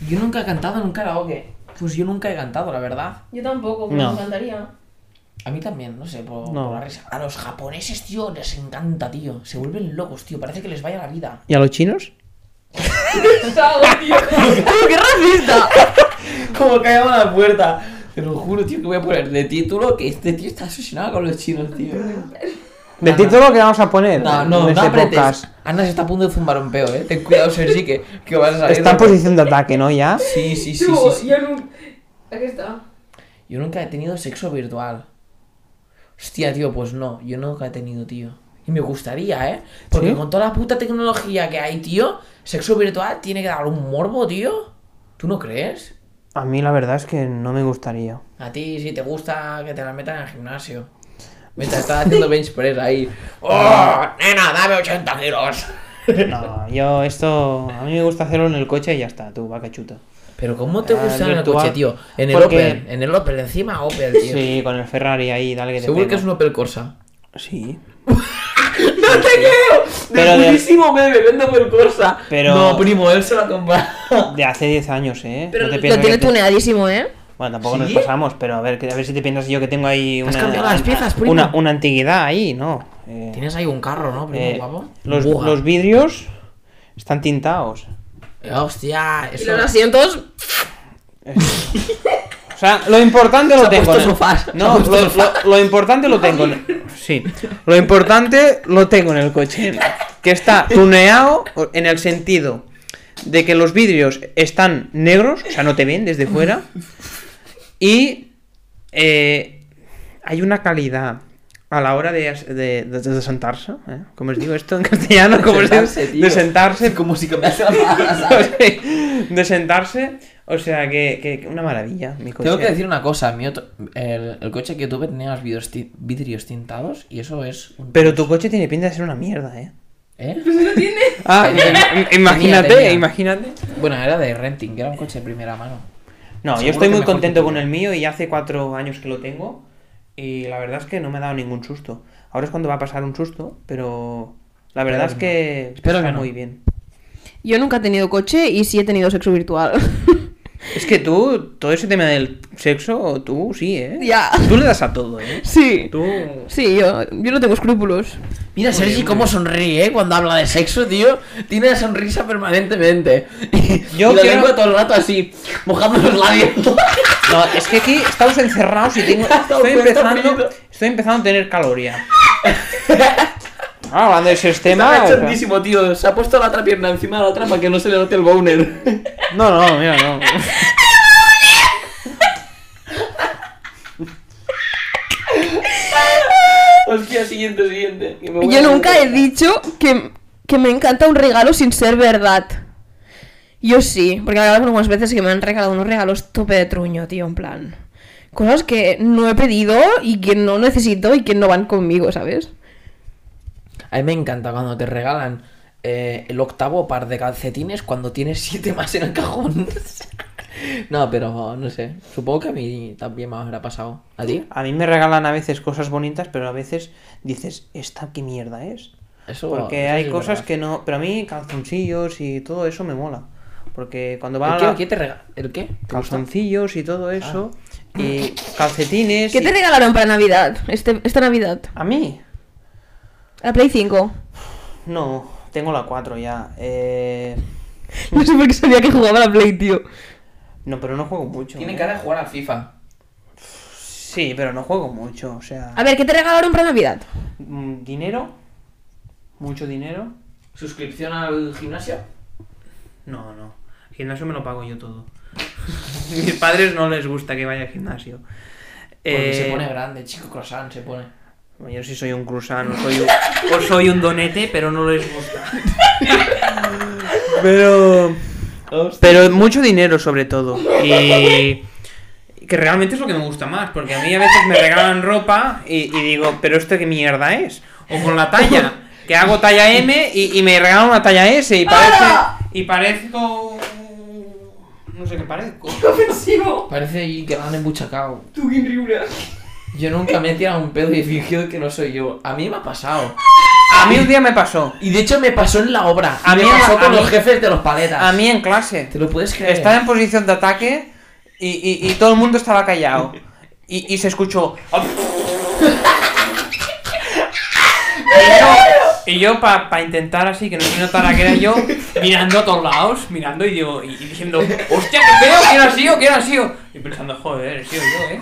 S2: Yo nunca he cantado en un karaoke. Pues yo nunca he cantado, la verdad.
S1: Yo tampoco,
S3: pero No. me
S1: encantaría.
S2: A mí también, no sé, por,
S3: No.
S2: por la risa. A los japoneses, tío, les encanta, tío. Se vuelven locos, tío. Parece que les vaya la vida.
S3: ¿Y a los chinos?
S1: ¡Qué racista!
S2: Como callaba la puerta. Te lo juro, tío, que voy a poner de título que este tío está asesinado con los chinos, tío.
S3: ¿De
S2: No,
S3: título que vamos a poner?
S2: No, no,
S3: en
S2: no
S3: este
S2: apretes.
S3: podcast?
S2: Ana se está a punto de zumbar un peo, eh. Ten cuidado, Sergi, que, que vas a salir.
S3: Está en
S2: de-
S3: posición de ataque, ¿no? Ya.
S2: Sí, sí, sí, sí, sí.
S1: yo nunca. Aquí está.
S2: Yo nunca he tenido sexo virtual. Hostia, tío, pues no, yo nunca he tenido, tío. Y me gustaría, ¿eh? Porque
S3: ¿Sí?
S2: con toda la puta tecnología que hay, tío, sexo virtual tiene que dar un morbo, tío. ¿Tú no crees?
S3: A mí la verdad es que no me gustaría.
S2: A ti si te gusta que te la metan en el gimnasio. Mientras estás haciendo bench press ahí. ¡Oh!
S3: Ah.
S2: ¡Nena, dame 80 kilos!
S3: No, yo esto. A mí me gusta hacerlo en el coche y ya está, tú, vaca chuta.
S2: Pero ¿cómo te
S3: Ah,
S2: gusta en el
S3: virtual.
S2: coche, tío? En el
S3: Porque-
S2: Opel, en el Opel, encima Opel, tío.
S3: Sí, con el Ferrari ahí, dale que te
S2: Seguro que
S3: pega.
S2: es un Opel Corsa.
S3: Sí.
S2: ¡No te creo!
S3: Pero de-
S2: purísimo me vendo por Corsa.
S3: Pero-
S2: No, primo, él se la compra.
S3: De hace 10 años, ¿eh?
S1: Pero
S3: No te
S1: lo
S3: pienses
S1: tiene
S3: que te-
S1: tuneadísimo, ¿eh?
S3: Bueno, tampoco
S2: ¿Sí?
S3: nos pasamos, pero a ver, que- a ver si te piensas yo que tengo ahí
S2: Has
S3: una,
S2: cambiado las piezas, primo.
S3: una, una antigüedad ahí, ¿no? Eh,
S2: Tienes ahí un carro, ¿no, primo
S3: eh,
S2: guapo?
S3: los,
S2: Buga.
S3: los vidrios están tintados.
S2: Eh, hostia,
S1: Y
S2: eso...
S1: los asientos.
S3: O sea, lo importante lo
S2: Se ha
S3: tengo.
S2: puesto
S3: ¿no?
S2: sofás, se ha
S3: No,
S2: puesto
S3: lo, lo- lo importante lo tengo. en- Sí, lo importante lo tengo en el coche. Que está tuneado en el sentido de que los vidrios están negros, o sea, no te ven desde fuera. Y eh, hay una calidad a la hora de, as- de- de- de sentarse. ¿eh? Como os digo esto en castellano, como os digo, de sentarse.
S2: Como si cambiase la palabra, ¿sabes?
S3: de sentarse. O sea, que, que- que una maravilla, mi coche.
S2: Tengo que decir una cosa, mi otro- el, el coche que yo tuve tenía los vidrios, ti- vidrios tintados y eso es... un-
S3: Pero tu coche tiene pinta de ser una mierda, ¿eh?
S2: ¿Eh?
S3: Ah,
S2: imagínate,
S3: imagínate,
S2: tenía.
S3: imagínate.
S2: Bueno, era de renting, era un coche de primera mano.
S3: No,
S2: Seguro
S3: yo estoy
S2: que
S3: muy
S2: mejor
S3: contento
S2: que tú.
S3: con el mío y hace cuatro años que lo tengo. Y la verdad es que no me ha dado ningún susto. Ahora es cuando va a pasar un susto, pero la verdad
S2: Espero
S3: es
S2: que
S3: que
S2: Espero
S3: está
S2: que no.
S3: muy bien.
S1: Yo nunca he tenido coche y sí he tenido sexo virtual.
S3: Es que tú, todo ese tema del sexo, tú sí, ¿eh?
S1: Ya.
S3: Tú le das a todo, ¿eh?
S1: sí.
S3: Tú.
S1: Sí, yo, yo no tengo escrúpulos.
S2: Mira, Sergi, cómo sonríe ¿eh? cuando habla de sexo, tío. Tiene la sonrisa permanentemente.
S3: Yo
S2: y la
S3: quiero-
S2: tengo todo el rato así, mojando los labios.
S3: No, es que aquí estamos encerrados y tengo.
S2: Estamos
S3: Estoy empezando,
S2: encerrados.
S3: estoy empezando a tener caloría. Ah, hablando de ese tema.
S2: Está
S3: o sea-
S2: cachondísimo, tío. Se ha puesto la otra pierna encima de la otra para que no se le note el boner.
S3: No, no, mira, no.
S2: Os
S3: Ya, siguiente, siguiente. que me voy
S1: Yo
S3: a-
S1: nunca he dicho que, que me encanta un regalo sin ser verdad. Yo sí, porque la verdad que algunas veces que me han regalado unos regalos tope de truño, tío, en plan. Cosas que no he pedido y que no necesito y que no van conmigo, ¿sabes?
S2: A mí me encanta cuando te regalan eh, el octavo par de calcetines cuando tienes siete más en el cajón. no, pero no sé. Supongo que a mí también me habrá pasado. ¿A ti?
S5: A mí me regalan a veces cosas bonitas, pero a veces dices, ¿esta qué mierda es?
S2: Eso,
S5: Porque
S2: eso
S5: hay
S2: sí es
S5: cosas
S2: verdad.
S5: que no. Pero a mí, calzoncillos y todo eso me mola. Porque cuando va.
S2: ¿El qué,
S5: la-
S2: el qué te rega- ¿El qué? ¿Te gusta? Ah.
S5: Calzoncillos y todo eso. Y calcetines.
S1: ¿Qué
S5: y-
S1: te regalaron para Navidad? Este, esta Navidad.
S5: A mí.
S1: La Play 5.
S5: No, tengo la 4 ya. Eh,
S1: No sé por qué sabía que jugaba a la Play, tío.
S5: No, pero no juego mucho.
S2: Tiene
S5: ¿eh?
S2: cara de jugar a FIFA.
S5: Sí, pero no juego mucho. O sea.
S1: A ver, ¿qué te regalaron para Navidad?
S5: mm, ¿Dinero? ¿Mucho dinero?
S2: ¿Suscripción al gimnasio?
S3: No, no. Gimnasio me lo pago yo todo. Mis padres no les gusta que vaya al gimnasio.
S2: Porque
S3: Eh,
S2: se pone grande, chico croissant se pone.
S3: Bueno, Yo sí soy un cruzano, soy un, o soy un donete, pero no les gusta.
S5: Pero.
S3: Pero mucho dinero sobre todo. Y que realmente es lo que me gusta más, porque a mí a veces me regalan ropa y, y digo, pero esto qué mierda es. O con la talla, que hago talla M y, y me regalan una talla S y parece... Y parezco... No sé qué parezco.
S2: Parece ahí que han embuchacao. Tú Yo nunca me he tirado un pedo y he fingido que no soy yo. A mí me ha pasado.
S3: A mí un día me pasó.
S2: Y de hecho me pasó en la obra.
S3: A
S2: A mí
S3: mí-
S2: me pasó
S3: a
S2: con
S3: mí-
S2: los jefes de los paletas.
S3: A mí en clase.
S2: ¿Te lo puedes creer?
S3: Estaba en posición de ataque y, y- y todo el mundo estaba callado. Y, y se escuchó. Y yo, y yo para intentar así que no se notara que era yo, mirando a todos lados, mirando y digo, y, y diciendo, ¡hostia, qué feo! ¿Quién ha sido? ¿Quién ha sido? Y pensando, joder, he sido yo, eh.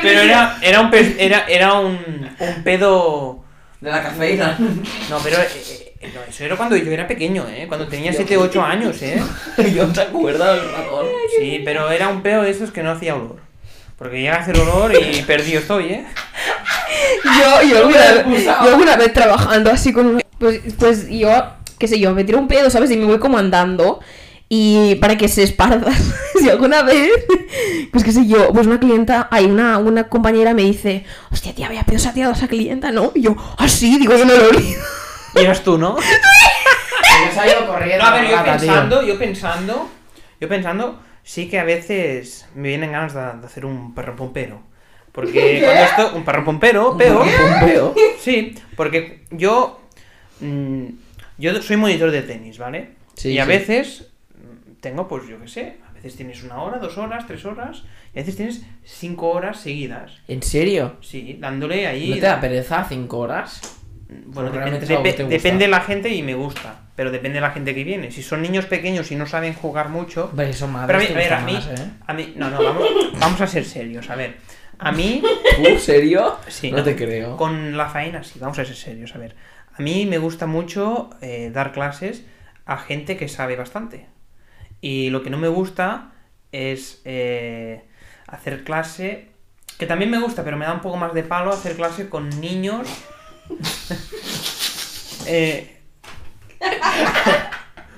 S3: Pero era, era un pe- era, era un, un pedo.
S2: De la cafeína.
S3: No, pero eh, eh, eh, no, eso era cuando yo era pequeño, eh. Cuando tenía 7 o 8 años, eh.
S2: yo te acuerdo del ratón.
S3: Sí, pero era un peo de esos que no hacía olor. Porque llega a hacer olor y perdido estoy, ¿eh?
S1: Yo, yo,
S2: me
S1: alguna,
S2: has expulsado.
S1: yo alguna vez trabajando así con un- Pues, pues yo, qué sé yo, me tiro un pedo, ¿sabes? Y me voy como andando. Y para que se esparza. si alguna vez, pues qué sé yo, pues una clienta, hay una, una compañera me dice, hostia, tía, vaya pedo se ha tirado esa clienta, ¿no? Y yo, ah, sí, digo, yo no lo he olido".
S3: Y eras tú, ¿no?
S2: Que se ha ido corriendo.
S3: No, a ver, yo
S2: la gata, tío.
S3: pensando, yo pensando, yo pensando, sí que a veces me vienen ganas de, de hacer un perro pompero. Porque cuando esto, un perro pompero, peo.
S2: Un peo.
S3: Sí, porque yo. mm, yo soy monitor de tenis, ¿vale?
S2: Sí,
S3: y a
S2: sí.
S3: veces mm, tengo, pues yo qué sé, a veces tienes una hora, dos horas, tres horas, y a veces tienes cinco horas seguidas.
S2: ¿En serio?
S3: Sí, dándole ahí.
S2: ¿No te da pereza cinco horas?
S3: Bueno,
S2: Porque
S3: depende,
S2: realmente es algo que
S3: depe-
S2: te gusta.
S3: depende de la gente y me gusta, pero depende de la gente que viene. Si son niños pequeños y no saben jugar mucho...
S2: Hombre, son madres.
S3: Pero a mí,
S2: te
S3: a ver, a
S2: gustan
S3: mí,
S2: más, ¿eh?
S3: a mí- No, no, vamos, vamos a ser serios, a ver. A mí...
S2: ¿Tú, serio?
S3: Sí,
S2: No te creo.
S3: Con la faena sí, vamos a ser serios, a ver. A mí me gusta mucho eh, dar clases a gente que sabe bastante. Y lo que no me gusta es eh, hacer clase... Que también me gusta, pero me da un poco más de palo hacer clase con niños... eh,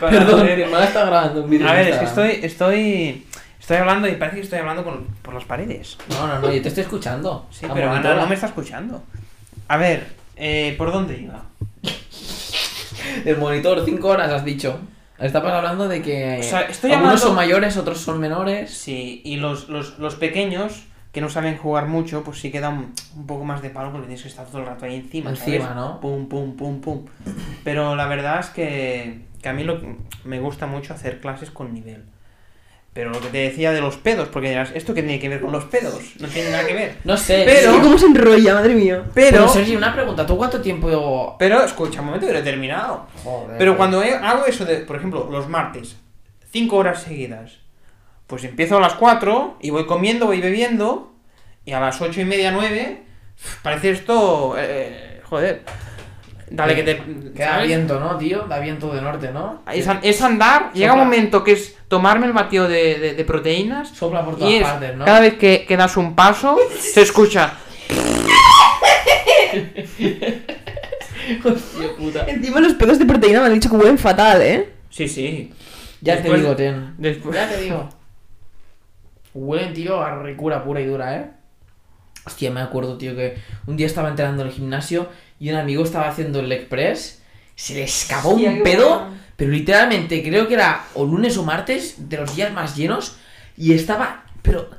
S3: con-
S2: Perdón, mi hermana está grabando un vídeo.
S3: A
S2: en
S3: ver, es que
S2: Instagram.
S3: estoy, estoy, estoy hablando y parece que estoy hablando con- por las paredes.
S2: No, no, no, yo te estoy escuchando.
S3: Sí,
S2: La
S3: pero Ana
S2: monitora.
S3: no me está escuchando. A ver, eh, ¿por dónde iba?
S2: El monitor, cinco horas has dicho. Estabas hablando de que
S3: O sea, estoy
S2: algunos
S3: hablando-
S2: son mayores, otros son menores.
S3: Sí, y los, los, los pequeños que no saben jugar mucho, pues sí queda un, un poco más de palo porque tienes que estar todo el rato ahí encima.
S2: Encima,
S3: ¿sabes?
S2: ¿no?
S3: Pum, pum, pum, pum. Pero la verdad es que, que a mí lo, me gusta mucho hacer clases con nivel. Pero lo que te decía de los pedos, porque dirás, ¿esto qué tiene que ver con los pedos? No tiene nada que ver.
S2: No sé,
S3: Pero-
S1: Es que cómo se enrolla, madre mía.
S2: Pero
S3: Pero,
S2: Sergi, una pregunta, ¿tú cuánto tiempo
S3: pero escucha, un momento que no he terminado.
S2: Joder.
S3: Pero cuando he- hago eso de, por ejemplo, los martes, 5 horas seguidas, pues empiezo a las 4 y voy comiendo, voy bebiendo, y a las 8 y media, 9, parece esto, eh, joder,
S6: eh, Dale, que te.
S2: Queda
S6: ¿sabes?
S2: viento, ¿no, tío? Da viento de norte, ¿no?
S6: Es, an- es andar, llega un
S2: Sopla.
S6: momento que es tomarme el batido de, de- de proteínas.
S2: Sopla por todas
S6: Y es,
S2: partes, ¿no?
S6: cada vez que, que das un paso, se escucha.
S2: Hostia puta.
S1: Encima los pedos de proteína me han dicho que huelen fatal, ¿eh?
S6: Sí, sí.
S2: Ya
S6: Después-
S2: te digo, Ten.
S6: Después.
S2: Pues Ya te digo. Huelen, tío, a ricura pura y dura, ¿eh? Hostia, me acuerdo, tío, que un día estaba entrenando en el gimnasio y un amigo estaba haciendo el leg press. Se le escapó
S6: Hostia, qué
S2: un pedo,
S6: bueno.
S2: pero literalmente creo que era o lunes o martes de los días más llenos y estaba, pero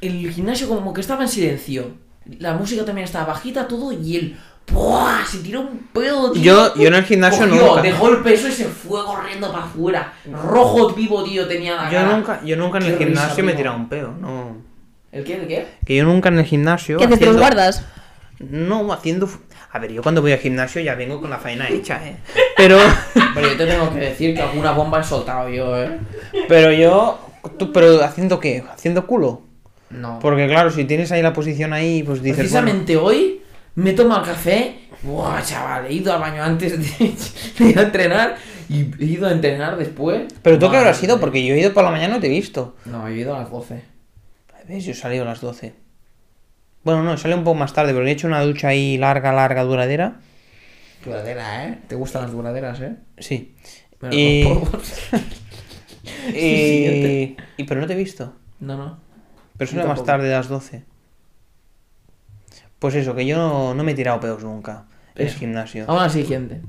S2: el gimnasio como que estaba en silencio. La música también estaba bajita, todo y él ¡buah! se tiró un pedo, tío.
S3: Yo, yo en el gimnasio
S2: Cogió,
S3: nunca.
S2: dejó el peso y se fue corriendo para afuera. Rojo vivo, tío, tenía la
S3: Yo
S2: cara.
S3: nunca, yo nunca en el
S2: Qué risa,
S3: gimnasio me he
S2: primo.
S3: tirado un pedo, no.
S2: ¿El qué? ¿El qué?
S3: Que yo nunca en el gimnasio.
S1: ¿Qué haces? ¿Te los
S3: haciendo-
S1: guardas?
S3: No, haciendo. fu- A ver, yo cuando voy al gimnasio ya vengo con la faena hecha, ¿eh? Pero.
S2: Pero yo te tengo que decir que alguna bomba he soltado yo, ¿eh?
S3: Pero yo. tú- ¿Pero haciendo qué? ¿Haciendo culo?
S2: No.
S3: Porque claro, si tienes ahí la posición ahí, pues dices.
S2: Precisamente hoy me he tomado el café. Buah, chaval, he ido al baño antes de, de ir a entrenar y he ido a entrenar después.
S3: bueno, pero tú qué
S2: Madre
S3: habrás ido,
S2: mía.
S3: porque yo he ido por la mañana y no te he visto.
S2: No, he ido a las 12.
S3: ¿Ves? Yo he salido a las 12. Bueno, no, salí un poco más tarde, porque he hecho una ducha ahí larga, larga, duradera.
S2: Duradera, ¿eh? ¿Te gustan las duraderas, eh?
S3: Sí.
S2: Pero
S3: Y-
S2: los polvos-
S3: Y... y- Pero no te he visto.
S2: No, no.
S3: Pero
S2: Yo
S3: solo más
S2: tampoco.
S3: tarde, a las 12. Pues eso, que yo no, no me he tirado pedos nunca en el
S2: Eso.
S3: gimnasio.
S2: Vamos a la siguiente.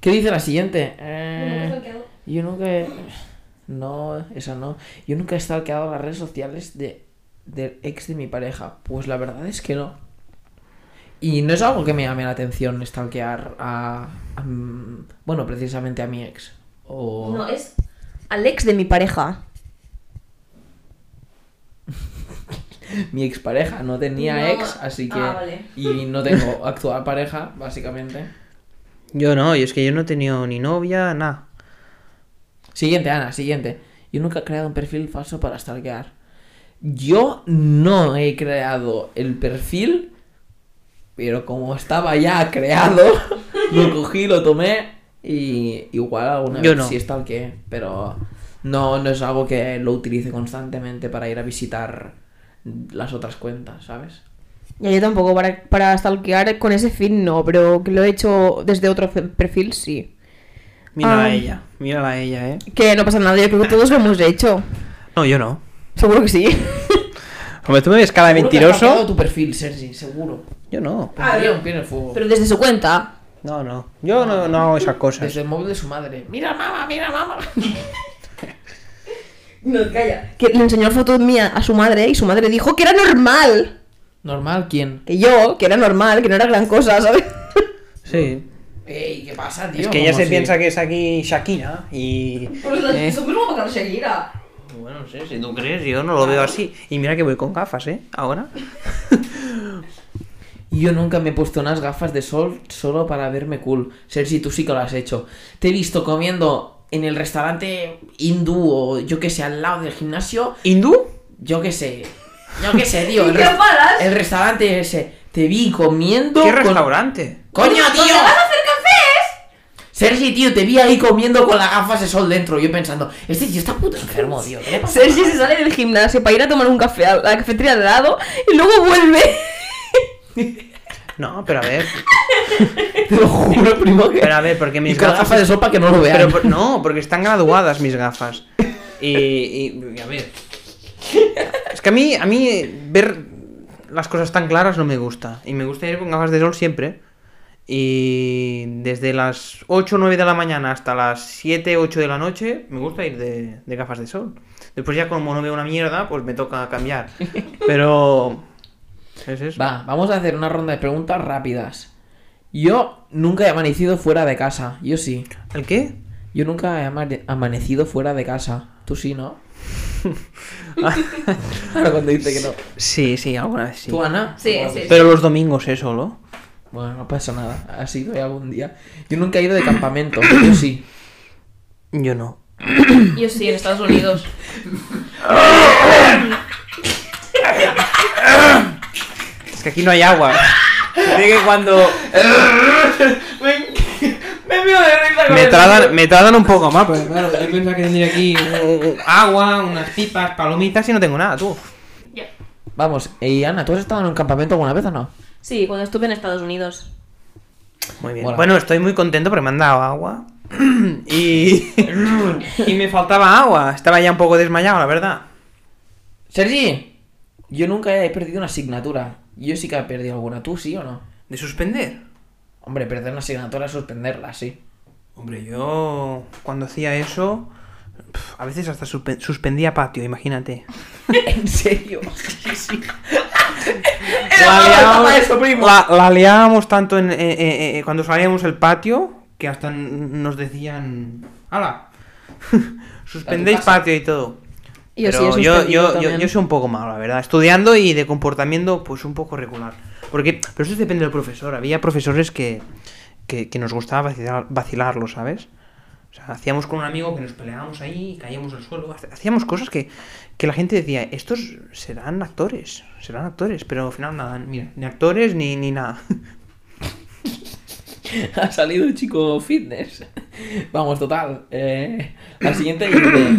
S2: ¿Qué dice la siguiente? Eh, yo nunca. he- No, esa no. Yo nunca he stalkeado las redes sociales de, del ex de mi pareja. Pues la verdad es que no. Y no es algo que me llame la atención stalkear a. a m- bueno, precisamente a mi ex. O.
S1: No, es Alex de mi pareja.
S2: Mi ex pareja. No tenía
S1: No,
S2: ex, así
S1: ah,
S2: que.
S1: vale.
S2: Y no tengo actual pareja, básicamente.
S3: Yo no, y es que yo no he tenido ni novia, nada.
S2: Siguiente, Ana, siguiente. Yo nunca he creado un perfil falso para stalkear. Yo no he creado el perfil, pero como estaba ya creado, lo cogí, lo tomé y igual alguna
S3: Yo
S2: vez
S3: no.
S2: sí stalkeé, pero no, no es algo que lo utilice constantemente para ir a visitar las otras cuentas, ¿sabes?
S1: Ya, yo tampoco, para, para stalkear con ese fin no, pero que lo he hecho desde otro fe- perfil sí.
S3: Mírala a
S1: Ah.
S3: ella, mírala a ella, ¿eh?
S1: Que no pasa nada, yo creo que todos lo hemos hecho.
S3: No, yo no.
S1: Seguro que sí.
S3: Hombre, tú me ves cara de
S2: Seguro que has hackeado
S3: mentiroso.
S2: tu perfil, Sergi, seguro.
S3: Yo no.
S1: Ah,
S2: Pondría
S1: bien.
S2: un pie en el fuego.
S1: Pero desde su cuenta.
S3: No, no. Yo no, no hago esas cosas.
S2: Desde el móvil de su madre. Mira, mamá, mira, mamá.
S1: No, calla. Que le enseñó fotos mía a su madre y su madre dijo que era normal.
S2: Normal, ¿quién?
S1: Que yo, que era normal, que no era gran cosa, ¿sabes?
S3: Sí.
S2: Ey, ¿qué pasa, tío?
S3: Es que ella
S2: Como
S3: se
S2: si-
S3: piensa que es aquí Shakira y... eh,
S1: mismo para Shakira.
S3: Bueno, no sé, si tú crees, yo no lo veo así. Ah. Y mira que voy con gafas, ¿eh? Ahora.
S2: Yo nunca me he puesto unas gafas de sol solo para verme cool. Sergi, tú sí que lo has hecho. Te he visto comiendo en el restaurante hindú o yo que sé, al lado del gimnasio.
S3: ¿Hindú?
S2: Yo que sé. Yo que sé, tío.
S1: ¿Y
S2: el,
S1: qué
S2: res-
S1: paras?
S2: el restaurante ese. Te vi comiendo.
S3: ¿Qué
S2: con-
S3: restaurante?
S2: ¡Coño, tío!
S1: hacer cafés?
S2: Sergi, tío, te vi ahí comiendo con las gafas de sol dentro. Yo pensando, este tío está puto enfermo, tío. ¿Qué le pasa?
S1: Sergi se sale del gimnasio para ir a tomar un café a la cafetería de lado y luego vuelve.
S3: No, pero a ver.
S2: Te lo juro, primo, que.
S3: Pero a ver, porque
S2: Y
S3: mis
S2: con las gafas de sol para que no lo vean.
S3: Pero por- no, porque están graduadas mis gafas. Y, y- y a ver. Es que a mí, a mí ver las cosas tan claras no me gusta. Y me gusta ir con gafas de sol siempre. Y desde las 8 o 9 de la mañana hasta las 7 8 de la noche me gusta ir de, de gafas de sol. Después ya como no veo una mierda, pues me toca cambiar. Pero... Es eso.
S2: Va, vamos a hacer una ronda de preguntas rápidas. Yo nunca he amanecido fuera de casa. Yo sí.
S3: ¿El qué?
S2: Yo nunca he amane- amanecido fuera de casa. Tú sí, ¿no? Ahora cuando dice que no.
S3: Sí, sí, alguna vez sí.
S2: ¿Tú, Ana?
S1: Sí,
S2: Bueno,
S1: sí.
S3: Pero los domingos, ¿eh? Solo.
S2: Bueno, no pasa nada. Ha sido algún día. Yo nunca he ido de campamento. Yo sí.
S3: Yo no.
S1: Yo sí, en Estados Unidos.
S3: Es que aquí no hay agua. De que cuando.
S2: me, me veo de risa con
S5: Me
S2: eso.
S5: tratan, me tratan un poco más, pero
S3: pues, Claro, yo pensaba que tendría aquí eh, agua, unas pipas, palomitas y no tengo nada, tú.
S1: Ya.
S2: Vamos, y Ana, ¿tú has estado en un campamento alguna vez o no?
S1: Sí, cuando estuve en Estados Unidos.
S3: Muy bien.
S2: Mola.
S3: Bueno, estoy muy contento porque me han dado agua. y. y me faltaba agua. Estaba ya un poco desmayado, la verdad.
S2: Sergi, yo nunca he perdido una asignatura. Yo sí que he perdido alguna. ¿Tú sí o no?
S3: ¿De suspender?
S2: Hombre, perder una asignatura es suspenderla, sí.
S3: Hombre, yo. Cuando hacía eso. pf, A veces hasta suspe- suspendía patio, imagínate.
S2: ¿En serio? Sí, sí.
S3: La
S2: Era
S3: liábamos-
S2: para eso, primo.
S3: la- la liábamos tanto en, eh, eh, eh, cuando salíamos el patio que hasta n- nos decían, ¡Hala! Suspendéis
S2: casa.
S3: patio y todo.
S1: Yo sí,
S3: Pero
S1: he
S3: yo,
S1: suspendido
S3: yo, yo,
S1: también.
S3: yo soy un poco malo, la verdad. Estudiando y de comportamiento, pues un poco regular. Porque, pero eso depende del profesor. Había profesores que, que, que nos gustaba vacilar, vacilarlo, ¿sabes? O sea, hacíamos con un amigo que nos peleábamos ahí y caíamos al suelo. Hace- Hacíamos cosas que, que la gente decía, estos serán actores, serán actores, pero al final nada, mira, ni actores ni, ni nada.
S2: Ha salido el chico fitness. Vamos, total. eh, la siguiente dice,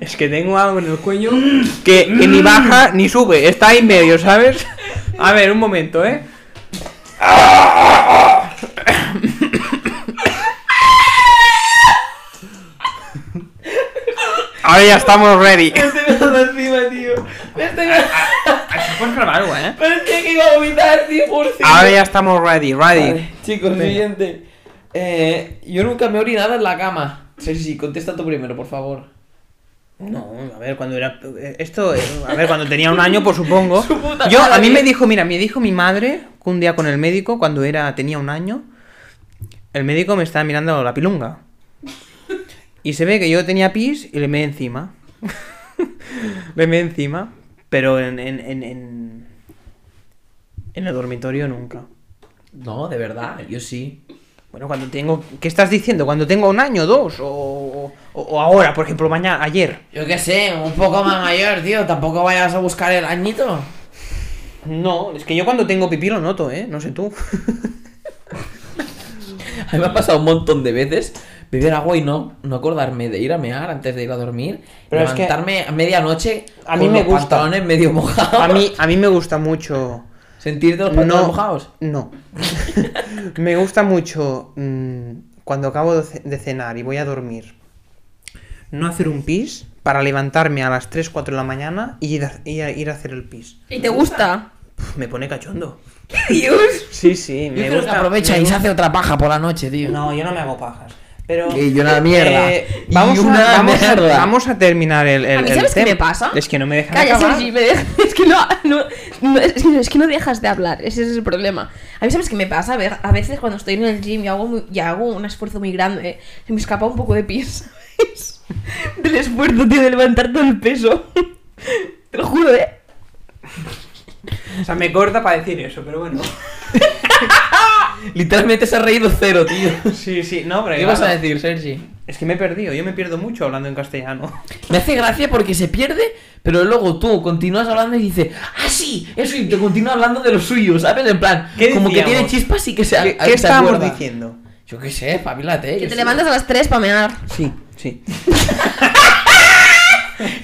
S3: Es que tengo algo en el cuello que,
S5: Mm.
S3: que ni baja ni sube, está ahí en medio, ¿sabes? A ver, un momento, ¿eh?
S5: ahora ya estamos ready.
S2: Me estoy mirando encima, tío. Me estoy mirando-
S3: Puedes grabar algo, ¿eh?
S2: Parecía que iba a vomitar, tío, por cierto.
S5: Ahora ya estamos ready, ready.
S2: Vale, Chicos, siguiente. Eh, yo nunca me he orinado en la cama. Sí, sí, contesta tú primero, por favor.
S3: No, a ver, cuando era. eh, Esto, eh, a ver, cuando tenía un año, pues supongo.
S2: Su puta
S3: Yo, a
S2: madre.
S3: mí me dijo, mira, me dijo mi madre que un día con el médico, cuando era tenía un año, el médico me estaba mirando la pilunga. Y se ve que yo tenía pis y le me encima. le me encima. Pero en, en, en, en, en el dormitorio nunca.
S2: No, de verdad, yo sí.
S3: Bueno, cuando tengo. ¿Qué estás diciendo? ¿Cuando tengo un año, dos? O, o, o ahora, por ejemplo, mañana, ayer.
S2: Yo qué sé, un poco más mayor, tío. Tampoco vayas a buscar el añito.
S3: No, es que yo cuando tengo pipí lo noto, ¿eh? No sé tú.
S2: A mí me ha pasado un montón de veces beber agua y no, no acordarme de ir a mear antes de ir a dormir.
S3: Pero es que-
S2: levantarme a medianoche
S3: A mí
S2: con
S3: me
S2: los
S3: gusta.
S2: pantalones medio mojados.
S3: A mí, a mí me gusta mucho.
S2: Sentirte los pantalones
S3: No.
S2: mojados.
S3: No. me gusta mucho mm, cuando acabo de ce- de cenar y voy a dormir. No hacer un pis para levantarme a las 3, 4 de la mañana y ir a, ir a- ir a hacer el pis.
S1: ¿Y te gusta?
S3: Puf, me pone cachondo.
S1: Dios.
S3: Sí, sí, me
S2: Pero que
S3: gusta.
S2: aprovecha
S3: me
S2: y se
S3: gusta.
S2: hace otra paja por la noche, tío.
S3: No, yo no me hago pajas. Pero. eh,
S2: Y yo una mierda. Y
S3: vamos,
S2: una
S3: a, vamos, a-
S2: mierda.
S3: vamos a terminar el, el-
S1: ¿A mí
S3: el
S1: sabes qué
S3: tema.
S1: me pasa?
S3: Es que no me dejan
S1: Calla,
S3: acabar.
S1: Sergi, me dejas- es, que no, no- no- es, que, es que no dejas de hablar, ese es el problema. A mí, ¿sabes qué me pasa? A, ver, a veces cuando estoy en el gym y hago, muy- y hago un esfuerzo muy grande, eh, se me escapa un poco de pies, ¿sabes? Del esfuerzo, tío, de levantar todo el peso. Te lo juro, ¿eh?
S3: O sea, me corta para decir eso, pero bueno.
S2: Literalmente se ha reído cero, tío.
S3: Sí, sí, no, pero
S2: ¿Qué
S3: claro.
S2: vas a decir, Sergi?
S3: Es que me he perdido, yo me pierdo mucho hablando en castellano.
S2: Me hace gracia porque se pierde, pero luego tú continúas hablando y dices, ah, sí, eso, y te continúa hablando de lo suyo, ¿sabes? En plan,
S3: ¿Qué
S2: como que
S3: decíamos?
S2: tiene chispas y que se
S3: ¿Qué,
S2: a-
S3: qué
S2: se
S3: estábamos
S2: acuerda.
S3: diciendo?
S2: Yo qué sé, espabilate. yo
S1: Que te
S2: sí.
S1: levantas a las 3 para mear.
S3: Sí, sí.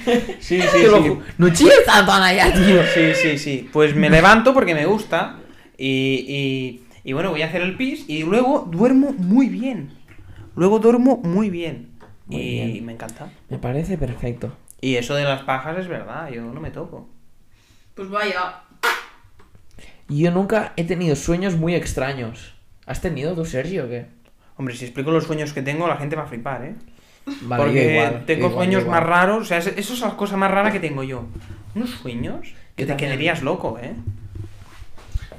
S3: sí, sí,
S2: Te lo
S3: sí.
S2: ju- No chilles tanto, Ana, ya, tío.
S3: Sí, sí, sí. Pues me levanto porque me gusta y, y- y bueno, voy a hacer el pis y luego duermo muy bien. Luego duermo muy bien.
S2: Muy
S3: y
S2: bien.
S3: me encanta.
S2: Me parece perfecto.
S3: Y eso de las pajas es verdad, yo no me toco.
S1: Pues vaya.
S2: Yo nunca he tenido sueños muy extraños. ¿Has tenido tú, Sergio, o qué?
S3: Hombre, si explico los sueños que tengo, la gente va a flipar, ¿eh?
S2: Vale,
S3: Porque
S2: yo igual,
S3: tengo
S2: yo igual,
S3: sueños
S2: yo
S3: más
S2: igual.
S3: raros. O sea, es- eso es la cosa más rara que tengo yo. Unos sueños que
S2: Yo
S3: te
S2: también.
S3: quedarías loco, ¿eh?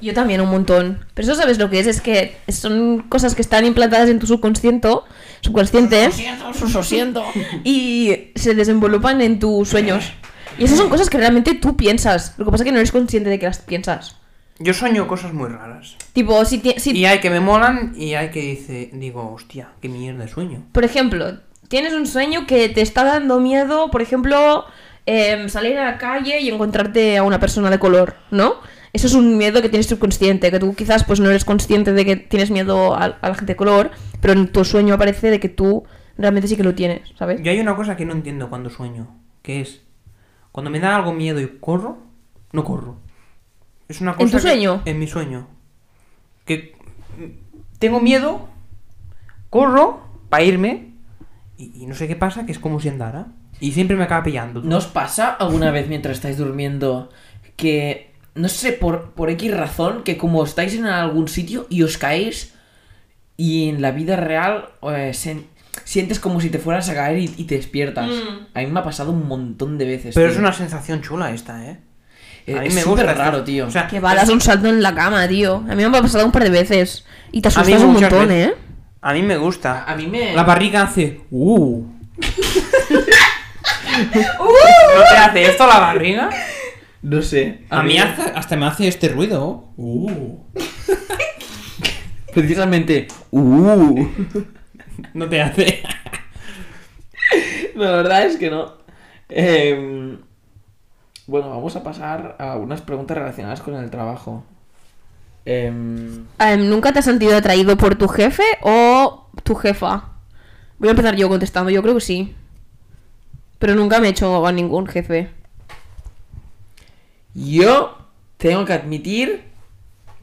S1: Yo también un montón. Pero eso sabes lo que es, es que son cosas que están implantadas en tu subconsciente, subconsciente y se desenvolupan en tus sueños. Y esas son cosas que realmente tú piensas. Lo que pasa es que no eres consciente de que las piensas.
S3: Yo sueño cosas muy raras.
S1: Tipo, si, ti- si
S3: Y hay que me molan y hay que dice, digo, hostia, qué mierda de sueño.
S1: por ejemplo, tienes un sueño que te está dando miedo, por ejemplo, em, salir a la calle y encontrarte a una persona de color, ¿no? Eso es un miedo que tienes subconsciente, que tú quizás pues no eres consciente de que tienes miedo a, a la gente de color, pero en tu sueño aparece de que tú realmente sí que lo tienes, ¿sabes?
S3: Yo hay una cosa que no entiendo cuando sueño, que es cuando me da algo miedo y corro, no corro. Es una cosa
S1: tu
S3: que-
S1: sueño?
S3: en mi sueño. Que mm, tengo miedo, corro para irme y, y no sé qué pasa, que es como si andara y siempre me acaba pillando.
S2: ¿No os pasa alguna vez mientras estáis durmiendo que, no sé, por, por X razón, que como estáis en algún sitio y os caéis y en la vida real eh, sen- sientes como si te fueras a caer y, y te despiertas?
S1: Mm.
S2: A mí me ha pasado un montón de veces.
S3: Pero es
S2: tío.
S3: una sensación chula esta, ¿eh?
S2: Eh,
S3: A mí
S2: es
S3: me
S2: súper
S3: gusta esta-
S2: raro, tío.
S3: O sea,
S1: Que balas un salto en la cama, tío. A mí me ha pasado un par de veces. Y te asustas un
S3: muchas
S1: montón,
S3: veces.
S1: ¿eh?
S3: A mí me gusta.
S2: a a mí me...
S3: La barriga hace. ¡Uh! ¿No te hace esto la barriga?
S2: No sé.
S3: A mí hasta, hasta me hace este ruido. ¡Uh!
S2: Precisamente... Uh.
S3: No te hace.
S2: La verdad es que no. Em, bueno, vamos a pasar a unas preguntas relacionadas con el trabajo. Em,
S1: Em, ¿Nunca te has sentido atraído por tu jefe o tu jefa? Voy a empezar yo contestando, yo creo que sí. Pero nunca me he hecho a ningún jefe.
S2: yo tengo que admitir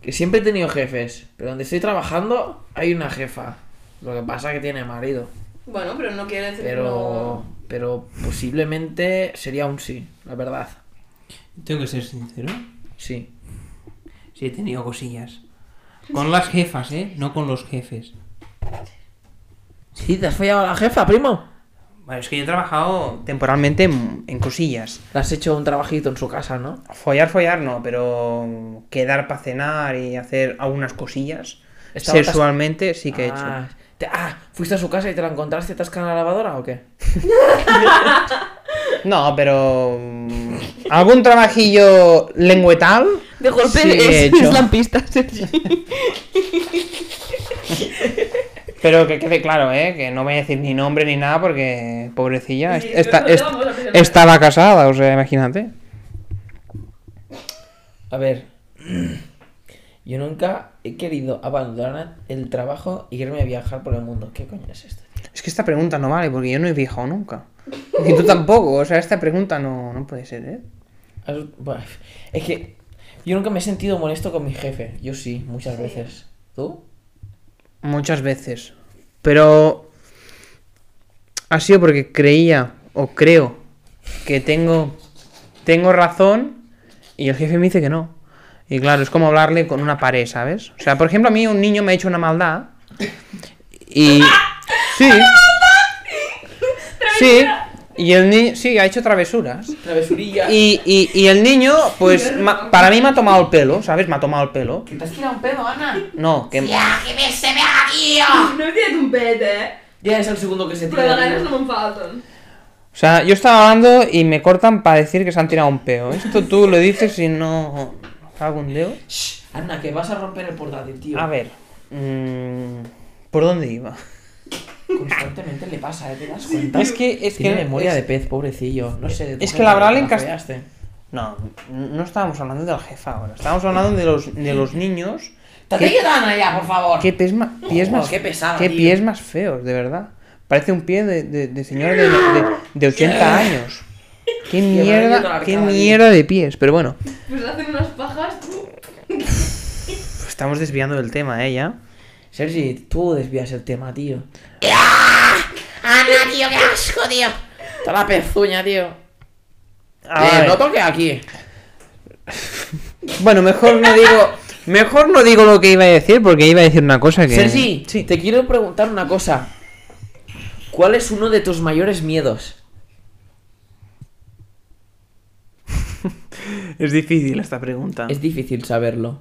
S2: que siempre he tenido jefes, pero donde estoy trabajando hay una jefa. Lo que pasa es que tiene marido.
S1: Bueno, pero no quiere decir
S2: Pero, pero posiblemente sería un sí, la verdad.
S3: Tengo que ser sincero.
S2: Sí.
S3: Sí, he tenido cosillas. Con las jefas, ¿eh? No con los jefes.
S2: Sí, te has fallado a la jefa, primo.
S3: Bueno, es que yo he trabajado temporalmente en, en cosillas.
S2: Le has hecho un trabajito en su casa, ¿no?
S3: Follar, follar no, pero quedar para cenar y hacer algunas cosillas.
S2: Estaba atas-
S3: Sexualmente sí que he hecho.
S2: ah, te- ah, ¿fuiste a su casa y te la encontraste atascada en la lavadora o qué?
S5: No, pero. mm, ¿Algún trabajillo lengüetal?
S1: De golpe
S5: Sí, he
S1: es,
S5: hecho.
S1: es lampista, Sergi.
S5: Pero que quede claro, ¿eh? Que no voy a decir ni nombre ni nada porque, pobrecilla,
S1: Sí,
S5: est- está-
S1: no te
S5: est-
S1: vamos a presionar.
S5: estaba casada, o sea, imagínate.
S2: A ver, yo nunca he querido abandonar el trabajo y irme a viajar por el mundo. ¿Qué coño es esto?
S5: Es que esta pregunta no vale porque yo no he viajado nunca. Y tú tampoco, o sea, esta pregunta no, no puede ser, ¿eh?
S2: Has- buah, Es que yo nunca me he sentido molesto con mi jefe. Yo sí, muchas veces. ¿Tú?
S5: Muchas veces. Pero ha sido porque creía o creo que tengo tengo razón y el jefe me dice que no. Y claro, es como hablarle con una pared, ¿sabes? O sea, por ejemplo, a mí un niño me ha hecho una maldad y sí. Sí. Y el niño sí ha hecho travesuras.
S2: Travesurilla.
S5: Y, y- y el niño, pues, ma- para mí me ha tomado el pelo, ¿sabes? Me ha tomado el pelo.
S2: ¿Te has tirado un pedo, Ana?
S5: No, que...
S1: No tienes un pete, eh.
S2: Ya es el segundo que se tira. tío.
S1: me faltan.
S5: O sea, yo estaba hablando y me cortan para decir que se han tirado un peo. Esto tú lo dices y no. ¿Cago un dedo?
S2: Shh, Ana, que vas a romper el portátil, tío.
S5: A ver. mm, ¿Por dónde iba?
S2: Constantemente le pasa, ¿eh? ¿Te das cuenta?
S5: Es que. Es
S2: Tiene
S5: que
S2: memoria
S5: es-
S2: de pez, pobrecillo. No sé. de tu
S5: es que
S2: jefe,
S5: la habrá
S2: te
S5: en cast-
S2: follaste.
S5: No, no estábamos hablando del jefa ahora. Estábamos hablando de los, de los niños.
S2: ¡Tate
S5: que-
S2: Ana ya, por favor!
S5: Qué pies, ma- pies
S2: Oh,
S5: más.
S2: qué pesada,
S5: qué
S2: tío.
S5: pies más feos, de verdad. Parece un pie de, de, de señor de, de, de 80 años. Qué mierda,
S2: maravilloso,
S5: qué
S2: Arcadi.
S5: mierda de pies. Pero bueno,
S1: Pues hacen unas pajas, uh. tú.
S5: estamos desviando del tema, ¿eh? Ya.
S2: Sergi, tú desvías el tema, tío.
S6: Ana, tío, qué asco, tío.
S2: Está la pezuña, tío.
S5: A
S2: Eh,
S5: ver.
S2: no toque aquí.
S5: Bueno, mejor no digo. Mejor no digo lo que iba a decir porque iba a decir una cosa que.
S2: Sergi,
S5: Sí.
S2: te quiero preguntar una cosa. ¿Cuál es uno de tus mayores miedos?
S5: Es difícil esta
S3: Ah.
S5: pregunta.
S2: Es difícil saberlo.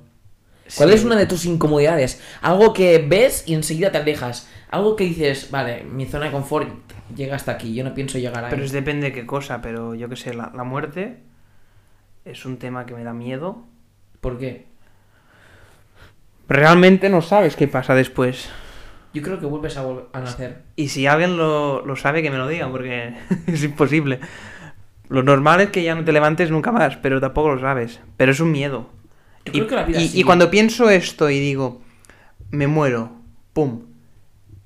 S2: ¿Cuál es una de tus incomodidades? Algo que ves y enseguida te alejas. Algo que dices, vale, mi zona de confort llega hasta aquí, yo no pienso llegar ahí.
S3: Pero es depende de qué cosa, pero yo qué sé, la, la muerte es un tema que me da miedo.
S2: ¿Por qué?
S5: Realmente no sabes qué pasa después.
S2: Yo creo que vuelves a, vol- a nacer.
S3: Y si alguien lo, lo sabe, que me lo diga, porque es imposible. Lo normal es que ya no te levantes nunca más, pero tampoco lo sabes. Pero es un miedo.
S2: Yo
S3: y,
S2: creo que la vida
S3: y- y
S2: sigue.
S3: cuando pienso esto y digo, me muero, pum,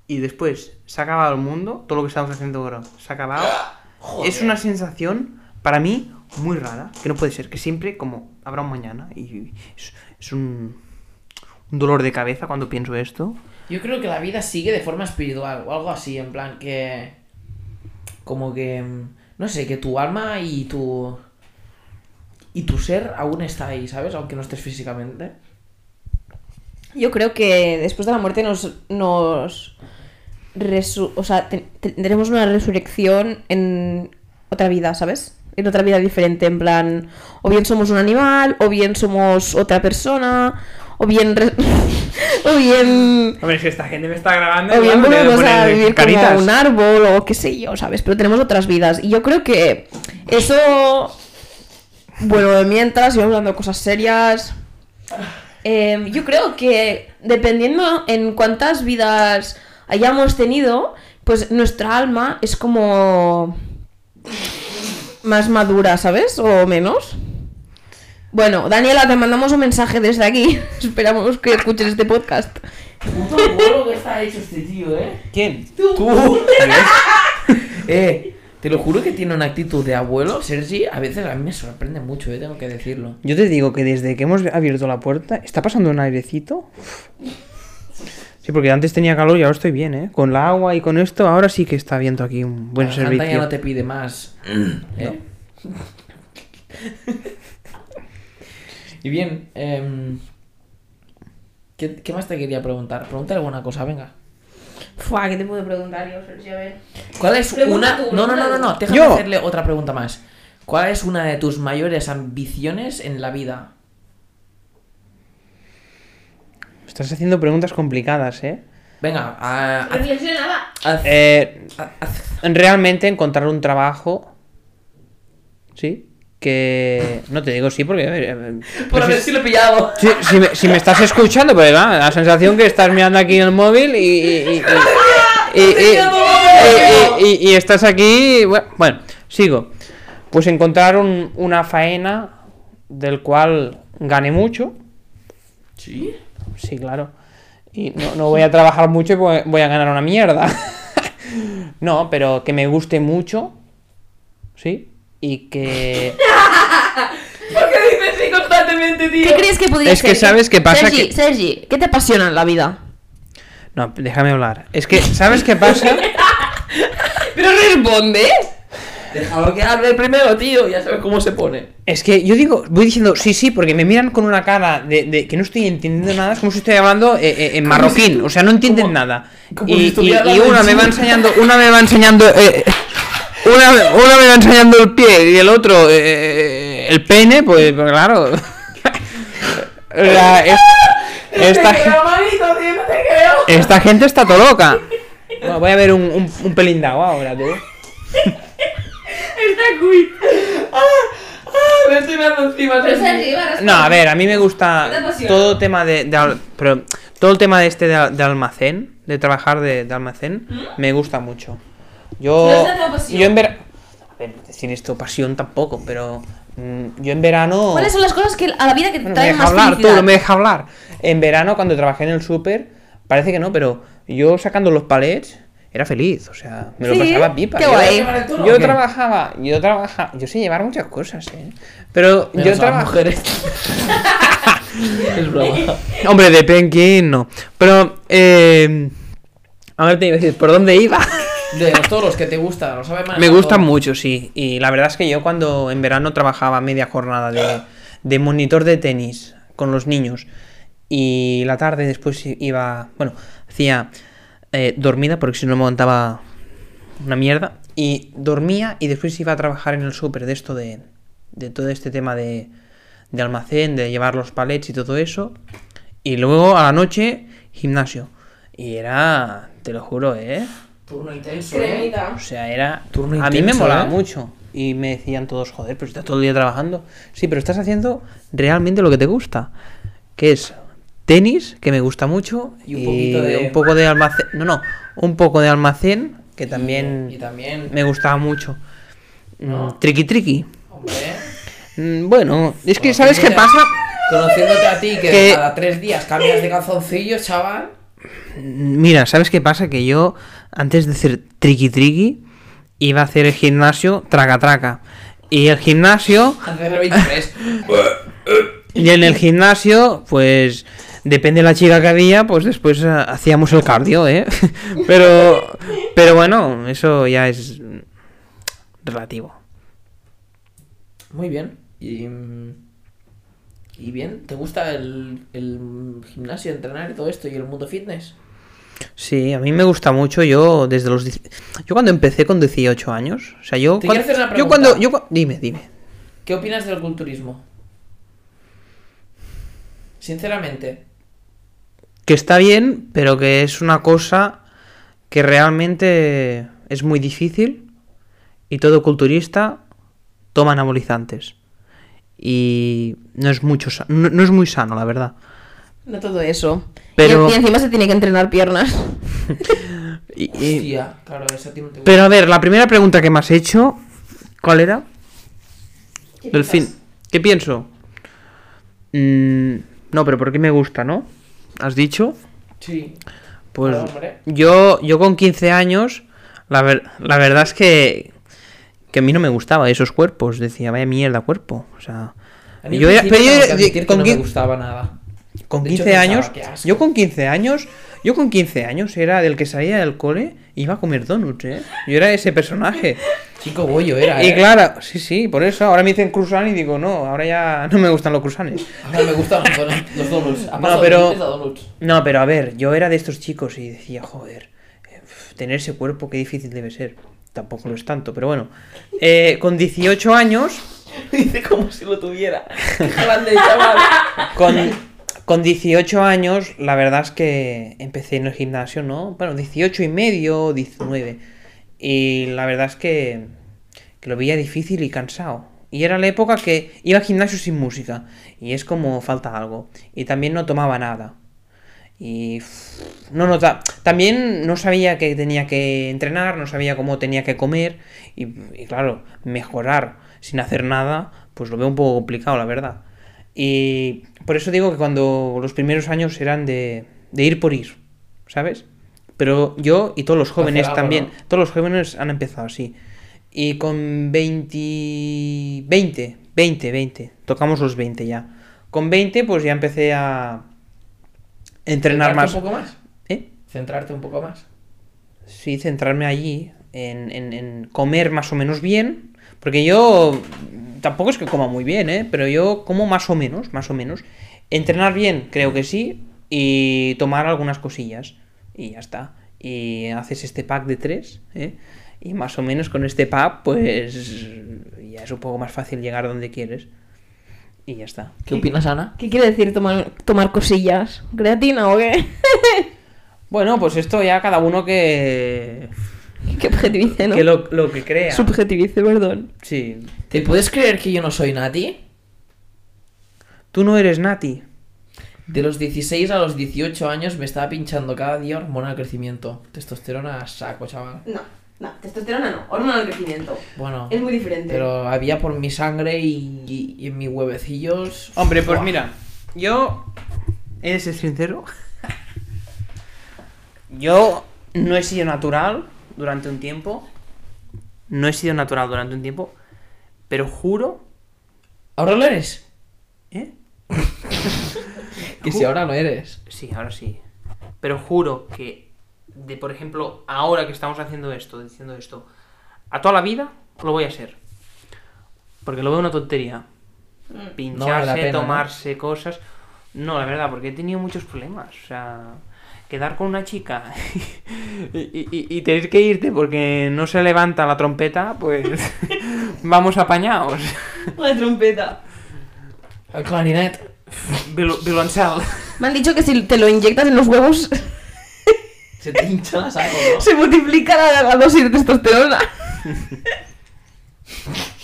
S3: y después se ha acabado el mundo, todo lo que estamos haciendo ahora se ha acabado, es una sensación para mí muy rara, que no puede ser, que siempre como habrá un mañana. Y es, es un, un dolor de cabeza cuando pienso esto.
S2: Yo creo que la vida sigue de forma espiritual o algo así, en plan que. Como que. mm, No sé, que tu alma y tu. Y tu ser aún está ahí, ¿sabes? Aunque no estés físicamente.
S1: Yo creo que después de la muerte nos. nos resu- o sea, te- te- tendremos una resurrección en otra vida, ¿sabes? En otra vida diferente, en plan. O bien somos un animal, o bien somos otra persona, o bien. re- o bien.
S3: Hombre, es que esta gente me está grabando.
S1: O bien volvemos a vivir como un árbol o qué sé yo, ¿sabes? Pero tenemos otras vidas. Y yo creo que eso. Bueno, de mientras, yo hablando de cosas serias. Em, yo creo que dependiendo en cuántas vidas hayamos tenido, pues nuestra alma es como. más madura, ¿sabes? O menos. Bueno, Daniela, te mandamos un mensaje desde aquí. Esperamos que escuches este podcast.
S2: Puto huevo que está hecho este tío, ¿eh?
S3: ¿Quién?
S2: ¡Tú! eh, te lo juro que tiene una actitud de abuelo, Sergi. A veces a mí me sorprende mucho, eh, tengo que decirlo.
S5: Yo te digo que desde que hemos abierto la puerta, ¿está pasando un airecito?
S3: Sí, porque antes tenía calor y ahora estoy bien, ¿eh? Con la agua y con esto, ahora sí que está viendo aquí un buen
S2: La garganta ya no
S3: servicio.
S2: te pide más. ¿eh? y bien, em, ¿qué, qué más te quería preguntar? Pregunta alguna cosa, venga.
S1: Fua, ¿qué te puedo preguntar yo, Sergio? A ver.
S2: ¿Cuál es
S1: Pregunta
S2: una.?
S1: tú,
S2: no, no, no,
S1: pregunta
S2: no, no,
S1: tú.
S2: déjame
S5: Yo.
S2: hacerle otra pregunta más. ¿Cuál es una de tus mayores ambiciones en la vida?
S3: Estás haciendo preguntas complicadas, ¿eh?
S2: Venga, a, haz-
S1: Reflexionaba.
S2: haz-
S3: Eh,
S2: haz-
S3: realmente encontrar un trabajo. Sí. Que. No te digo sí porque. a ver, eh, a ver,
S2: Por
S3: no
S2: haber
S3: sé
S2: si lo he pillado.
S3: si, si me, si me estás escuchando, pero va, la sensación que estás mirando aquí en el móvil y. y- y- y- y- y- y- y- y estás aquí. Bueno, bueno, sigo. Pues encontrar un- una faena del cual gane mucho.
S2: ¿Sí?
S3: Sí, claro. Y no, no voy a trabajar mucho y voy voy a ganar una mierda. no, pero que me guste mucho. ¿Sí? Y que...
S2: Sí, constantemente, tío.
S1: ¿Qué crees que podría
S3: Es que
S1: ser?
S3: ¿sabes qué pasa?
S1: Sergi,
S3: Que-
S1: Sergi, ¿qué te apasiona en la vida?
S3: No, déjame hablar. Es que, ¿sabes qué pasa?
S1: Pero responde.
S2: Déjalo que hable primero, tío. Ya sabes cómo se pone.
S3: Es que yo digo, voy diciendo sí, sí, porque me miran con una cara de, de que no estoy entendiendo nada. Es como si estoy hablando eh, eh, en marroquín. o sea, no entienden nada.
S2: como si
S3: Y, y-
S2: estuviera
S3: y
S2: hablando
S3: una
S2: en
S3: me va
S2: chino.
S3: enseñando, una me va enseñando... eh, una, una me va enseñando el pie y el otro eh, el pene, pues claro. La- es- esta, gen-
S2: tío, no te creo.
S3: esta gente está todo loca. Bueno, voy a ver un, un, un pelín de agua ahora, tú.
S2: Me estoy dando encima,
S3: No, a ver, a mí me gusta
S1: apasiona.
S3: todo tema de, de al- pero todo el tema de este de, al- de almacén, de trabajar de, de almacén, me gusta mucho.
S1: ¿Mm? ¿No
S3: Yo
S1: es la tu pasión?
S3: yo en verano, a ver, decir esto pasión tampoco, pero mm, yo en verano
S1: ¿Cuáles son las cosas que a la vida que te
S3: no me
S1: traen
S3: deja
S1: más
S3: hablar, tú
S1: felicidad?
S3: no me deja hablar. En verano cuando trabajé en el súper, parece que no, pero yo sacando los palets era feliz, o sea, me lo
S1: Sí,
S3: pasaba pipa.
S1: qué
S3: yo-
S1: guay.
S3: Yo trabajaba, yo trabajaba, yo sé llevar muchas cosas, ¿eh? Pero yo trabajé
S2: es broma.
S3: Hombre, de Penguin no. Pero, eh. A ver, te iba a decir, ¿por dónde iba?
S2: De los toros que te gusta, lo sabe más.
S3: Me gustan mucho, sí. Y la verdad es que yo cuando en verano trabajaba media jornada de, de monitor de tenis con los niños. Y la tarde después iba. Bueno, hacía eh, dormida porque si no me aguantaba una mierda. Y dormía y después iba a trabajar en el súper de esto de. de todo este tema de. de almacén, de llevar los palets y todo eso. Y luego a la noche, gimnasio. Y era. te lo juro, ¿eh?
S2: Turno intenso, eh.
S3: O sea, era.
S2: Turno
S3: a mí me
S2: intenso,
S3: molaba
S2: ¿eh?
S3: mucho. Y me decían todos, joder, pero estás todo el día trabajando. Sí, pero estás haciendo realmente lo que te gusta. Que es tenis, que me gusta mucho.
S2: Y un poquito de-
S3: un poco de almacén. No, no. Un poco de almacén, que
S2: Y-
S3: también
S2: Y, también.
S3: me gustaba mucho. Mm,
S2: ¿no?
S3: Triqui triqui.
S2: Hombre.
S3: Mm, Bueno, es que
S2: Bueno,
S3: ¿sabes qué
S2: mira,
S3: pasa?
S2: Conociéndote a ti, que
S3: Que-
S2: cada tres días cambias de calzoncillo, chaval.
S3: Mira, ¿sabes qué pasa? Que yo, antes de hacer triqui triqui, iba a hacer el gimnasio traca traca. Y el gimnasio,
S2: Haces el 23.
S3: y en el gimnasio, pues depende de la chica que había, pues después eh, hacíamos el cardio, ¿eh? Pero, pero bueno, eso ya es relativo.
S2: Muy bien. Y, mm, y bien, ¿te gusta el, el gimnasio, entrenar y todo esto y el mundo fitness?
S3: Sí, a mí me gusta mucho. Yo desde los dieci- yo cuando empecé con 18 años, o sea, yo
S2: Te
S3: cuan-
S2: quiero hacer una
S3: yo
S2: pregunta.
S3: cuando yo cua- dime, dime.
S2: ¿Qué opinas del culturismo? Sinceramente.
S3: Que está bien, pero que es una cosa que realmente es muy difícil y todo culturista toma anabolizantes. Y no es mucho sa- no, no es muy sano, la verdad.
S1: No todo eso.
S3: Pero-
S1: Y, y encima se tiene que entrenar piernas.
S3: Y- y-
S2: Hostia, claro, eso a ti no te gusta.
S3: pero a ver, la primera pregunta que me has hecho, ¿cuál era? Del fin. ¿Qué pienso? Mm, no, pero ¿por qué me gusta, no? ¿Has dicho?
S2: Sí.
S3: Pues
S2: Claro, hombre.
S3: yo, yo con 15 años, la, ver- la verdad es que, que a mí no me gustaba esos cuerpos. Decía, vaya mierda cuerpo. O sea,
S2: A mí
S3: yo era-
S2: al principio
S3: pero yo
S2: tengo
S3: era-
S2: que admitir que
S3: con
S2: no me
S3: quin-
S2: gustaba nada.
S3: con
S2: De hecho,
S3: 15
S2: pensaba,
S3: años,
S2: "Qué asco".
S3: yo con 15 años, yo con 15 años era del que salía del cole e iba a comer donuts, ¿eh? Yo era ese personaje.
S2: Chico bollo era,
S3: Y
S2: ¿eh?
S3: claro, sí, sí, por eso ahora me dicen cruzan y digo, no, ahora ya no me gustan los cruzanes.
S2: Ahora me gustan los donuts. Los donuts. Ha
S3: No,
S2: pasado
S3: pero-
S2: de dientes a donuts.
S3: No, pero a ver, yo era de estos chicos y decía, joder, eh, uf, tener ese cuerpo qué difícil debe ser. Tampoco lo es tanto, pero bueno. Eh, con 18 años,
S2: Dice como si lo tuviera. Qué grande, chaval.
S3: con, con 18 años, la verdad es que empecé en el gimnasio, ¿no? Bueno, 18 y medio, 19. Y la verdad es que, que lo veía difícil y cansado. Y era la época que iba al gimnasio sin música. Y es como falta algo. Y también no tomaba nada. Y pff, no nota. También no sabía que tenía que entrenar, no sabía cómo tenía que comer. Y, y claro, mejorar sin hacer nada, pues lo veo un poco complicado, la verdad. Y por eso digo que cuando los primeros años eran de, de ir por ir, ¿sabes? Pero yo y todos los jóvenes
S2: algo,
S3: también,
S2: ¿no?
S3: todos los jóvenes han empezado así. Y con 20, 20, 20, 20, tocamos los 20 ya. Con 20 pues ya empecé a entrenar
S2: Centrarte
S3: más.
S2: un poco más.
S3: ¿Eh?
S2: Centrarte un poco más.
S3: Sí, centrarme allí, en, en- en comer más o menos bien, porque yo mm, tampoco es que coma muy bien, ¿eh? pero yo como más o menos, más o menos. Entrenar bien, creo que sí, y tomar algunas cosillas, y ya está. Y haces este pack de tres, ¿eh? y más o menos con este pack, pues ya es un poco más fácil llegar donde quieres, y ya está.
S2: ¿Qué opinas, Ana?
S1: ¿Qué quiere decir tomar, tomar cosillas? ¿Creatina o qué?
S3: Bueno, pues esto ya cada uno que,
S1: que objetivice, ¿no?
S3: que lo, lo que crea.
S1: Subjetivice, perdón.
S3: Sí.
S2: ¿Te puedes creer que yo no soy Nati?
S3: Tú no eres Nati.
S2: De los 16 a los 18 años me estaba pinchando cada día hormona de crecimiento. Testosterona a saco, chaval.
S1: No, no, testosterona no, hormona del crecimiento.
S2: Bueno,
S1: Es muy diferente.
S2: pero había por mi sangre y, y- y en mis huevecillos.
S3: Hombre, pues
S2: Buah.
S3: mira, yo he de ser sincero. Yo no he sido natural durante un tiempo. No he sido natural durante un tiempo. Pero juro.
S2: ¿Ahora lo eres?
S3: ¿Eh?
S2: Que si ahora lo eres.
S3: Sí, ahora sí. Pero juro que, de por ejemplo, ahora que estamos haciendo esto, diciendo esto, a toda la vida lo voy a ser. Porque lo veo una tontería.
S2: No vale la
S3: Pincharse,
S2: pena, ¿no?
S3: tomarse cosas. No, la verdad, porque he tenido muchos problemas. O sea, quedar con una chica y, y- y- y tener que irte porque no se levanta la trompeta, pues vamos apañados.
S1: La trompeta.
S2: El clarinet.
S3: Viol- Violoncel.
S1: Me han dicho que si te lo inyectas en los huevos
S2: Se te hincha a saco, ¿no?
S1: se multiplica la, la dosis de testosterona.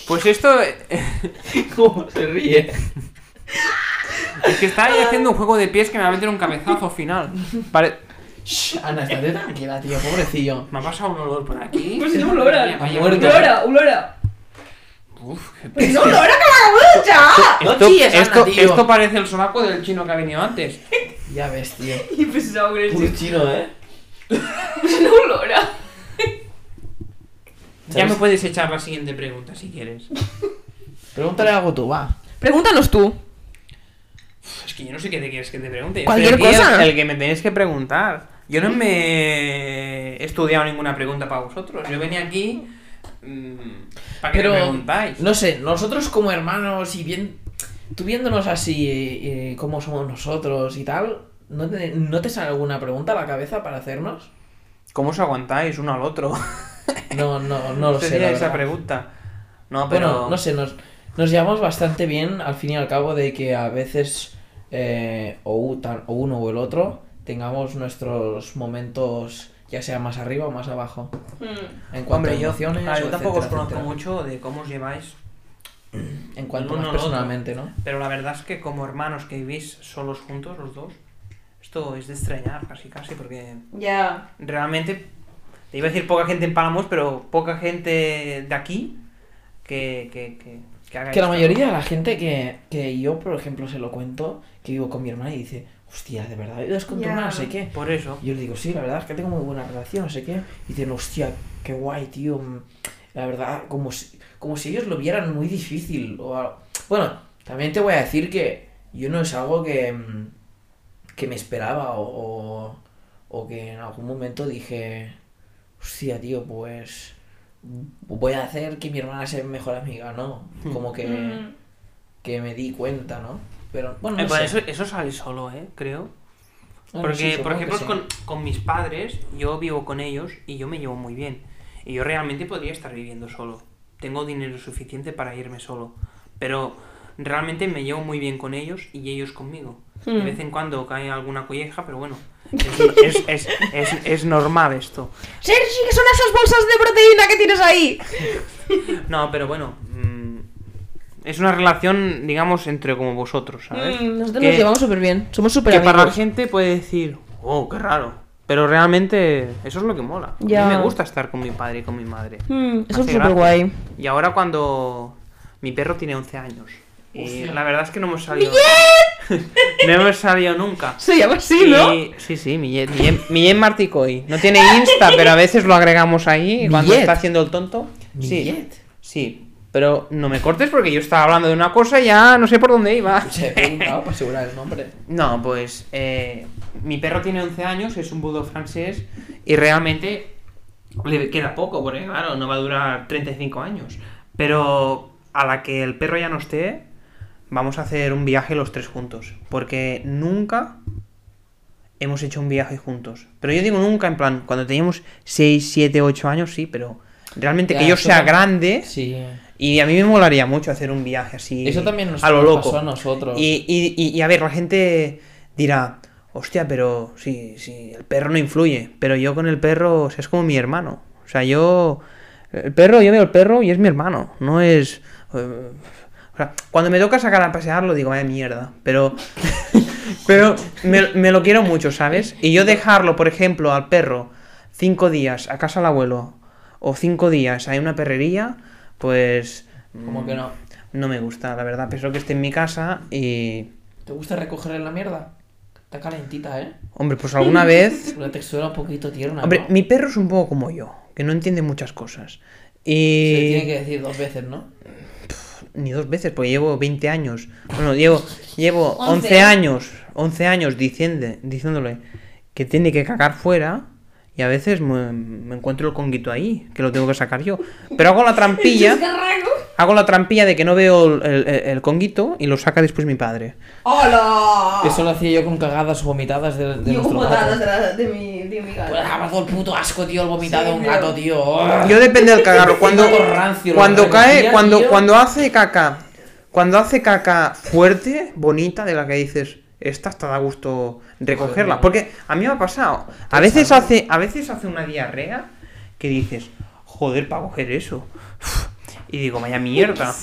S3: Pues esto eh,
S2: ¿Cómo se ríe?
S3: Es que está
S2: Ah.
S3: ahí haciendo un juego de pies que me va a meter un cabezazo final. Pare-
S2: Shh, Ana, estate tranquila, tío, pobrecillo.
S3: Me ha pasado un olor por aquí.
S1: Pues no
S3: Vaya,
S2: Pues muerto.
S3: vaya.
S1: olora.
S3: Uf, qué
S1: Pues no, no, era acabado ya.
S2: No
S3: Esto,
S2: chilles, Ana,
S3: esto,
S2: tío.
S3: esto parece el sonaco del chino que ha venido antes.
S2: Ya ves, tío.
S1: Y pues pensaba que
S2: Puro chino, ¿eh?
S1: Pues no olora.
S3: Ya
S2: ¿Sabes?
S3: me puedes echar la siguiente pregunta si quieres.
S2: Pregúntale algo tú, va.
S1: Pregúntanos tú.
S3: Es que yo no sé qué te quieres que te pregunte. Yo
S1: Cualquier
S3: soy aquí el-
S1: cosa.
S3: El, que me tenéis que preguntar. Yo no me he estudiado ninguna pregunta para vosotros. Yo venía aquí mm, para que me
S2: Pero,
S3: preguntáis.
S2: no sé, nosotros como hermanos y bien, tú viéndonos así, eh, eh, cómo somos nosotros y tal, ¿no te, ¿no te sale alguna pregunta a la cabeza para hacernos?
S3: ¿Cómo os aguantáis uno al otro?
S2: No, no, no lo sé.
S3: Sería
S2: la
S3: esa
S2: verdad.
S3: pregunta. No, pero.
S2: Bueno, no sé, nos, nos llevamos bastante bien al fin y al cabo de que a veces eh, o, u- tan- o uno o el otro tengamos nuestros momentos ya sea más arriba o más abajo.
S3: Mm,
S2: En cuanto
S3: Hombre,
S2: a
S3: yo,
S2: emociones,
S3: claro, yo
S2: o
S3: tampoco os
S2: etcétera,
S3: conozco
S2: etcétera.
S3: mucho de cómo os lleváis,
S2: En cuanto más
S3: el uno al otro.
S2: personalmente, ¿no?
S3: pero la verdad es que como hermanos que vivís solos juntos, los dos, esto es de extrañar casi casi, porque
S1: Ya.
S3: realmente, te iba a decir poca gente en Palamos, pero poca gente de aquí que, que, que, que haga
S2: Que la
S3: esto,
S2: mayoría de
S3: ¿no?
S2: la gente que, que yo, por ejemplo, se lo cuento, que vivo con mi hermana y dice, hostia, de verdad, vives con tu
S1: Ya.
S2: hermana, no sé qué.
S3: Por eso.
S2: Y yo le digo, sí, la verdad es que tengo muy buena relación, no sé qué. Y dicen, hostia, qué guay, tío. mm, La verdad, como si, como si ellos lo vieran muy difícil. o algo. Bueno, también te voy a decir que yo no es algo que, mm, que me esperaba o, o, o que en algún momento dije, hostia, tío, pues mm, voy a hacer que mi hermana sea mi mejor amiga, ¿no?
S3: Hmm.
S2: Como que,
S1: Mm.
S2: que me di cuenta, ¿no? Pero bueno,
S3: Eh,
S2: no
S3: pues
S2: sé.
S3: eso, eso sale solo, ¿eh? Creo.
S2: Bueno,
S3: Porque,
S2: sí,
S3: por
S2: supongo que
S3: ejemplo,
S2: sí.
S3: con, con mis padres, yo vivo con ellos y yo me llevo muy bien. Y yo realmente podría estar viviendo solo. Tengo dinero suficiente para irme solo. Pero realmente me llevo muy bien con ellos y ellos conmigo. De
S1: Hmm.
S3: vez en cuando cae alguna colleja, pero bueno. Es, es- es- es- es normal esto.
S1: Sergi, ¿qué son esas bolsas de proteína que tienes ahí?
S3: No, pero bueno. mm, Es una relación, digamos, entre como vosotros, ¿sabes?
S1: Mm, Nosotros
S3: Que-
S1: nos llevamos súper bien. Somos súper
S3: que para la
S1: amigos.
S3: gente puede decir, oh, qué raro. Pero realmente eso es lo que mola.
S1: Ya.
S3: A mí me gusta estar con mi padre y con mi madre.
S1: Mm, Eso es
S3: Hace
S1: súper guay.
S3: gracia. Y ahora cuando mi perro tiene 11 años. Y la verdad es que no hemos salido... no hemos salido nunca.
S1: Se llama así, ¿no?
S3: Y- Sí, sí, Millet, Millet, Millet Marticoy. No tiene Insta, pero a veces lo agregamos ahí y cuando
S2: Millet.
S3: está haciendo el tonto. Sí,
S2: Millet.
S3: sí. Pero no me cortes porque yo estaba hablando de una cosa y ya no sé por dónde iba.
S2: Se he preguntado para asegurar el nombre.
S3: No, pues eh, mi perro tiene 11 años, es un budo francés y realmente le queda poco, porque claro, no va a durar 35 años. Pero a la que el perro ya no esté, vamos a hacer un viaje los tres juntos, porque nunca hemos hecho un viaje juntos. Pero yo digo nunca, en plan, cuando teníamos 6, 7, 8 años, sí, pero realmente
S2: Ya,
S3: que yo
S2: eso
S3: sea
S2: tam-
S3: grande...
S2: Sí.
S3: Y a mí me molaría mucho hacer un viaje así.
S2: Eso también nos
S3: a lo
S2: nos
S3: loco.
S2: pasó a nosotros.
S3: Y, y- y- y a ver, la gente dirá, hostia, pero sí, sí, el perro no influye. Pero yo con el perro o sea, es como mi hermano. O sea, yo. El perro, yo veo el perro y es mi hermano. No es. eh, o sea, cuando me toca sacar a pasearlo, digo, vaya mierda. Pero. pero me, me lo quiero mucho, ¿sabes? Y yo dejarlo, por ejemplo, al perro cinco días a casa del abuelo o cinco días a una perrería, pues.
S2: Como que no.
S3: No me gusta, la verdad. Prefiero que esté en mi casa y.
S2: ¿Te gusta recoger en la mierda? Está calentita, ¿eh?
S3: Hombre, pues alguna vez.
S2: Una textura un poquito tierna.
S3: Hombre,
S2: ¿no?
S3: mi perro es un poco como yo, que no entiende muchas cosas.
S2: Se le
S3: Y.
S2: tiene que decir dos veces, ¿no?
S3: Ni dos veces, porque llevo 20 años. Bueno, llevo, llevo 11.
S1: Once.
S3: años, 11 años diciendo, diciéndole que tiene que cagar fuera. Y a veces me, me encuentro el conguito ahí, que lo tengo que sacar yo. Pero hago la trampilla. Hago la trampilla de que no veo el, el- el conguito y lo saca después mi padre.
S1: ¡Hola!
S2: Eso lo hacía yo con cagadas o vomitadas de, de
S1: Yo
S2: nuestro
S1: como
S2: gato.
S1: tadas de, la- de mi, de mi gato.
S2: Pues, ah, me ha dado el puto asco, tío, el vomitado
S1: Sí,
S2: de un
S1: tío.
S2: gato, tío. ¡Oh!
S3: Yo depende del cagarro. Cuando,
S2: Todo rancio, lo
S3: cuando
S2: que
S3: cae,
S2: recogía,
S3: cuando,
S2: tío.
S3: cuando hace caca, cuando hace caca fuerte, bonita, de la que dices, esta está da gusto recogerla. Porque a mí me ha pasado. A veces hace, a veces hace una diarrea que dices, joder, para coger eso. Y digo, vaya mierda.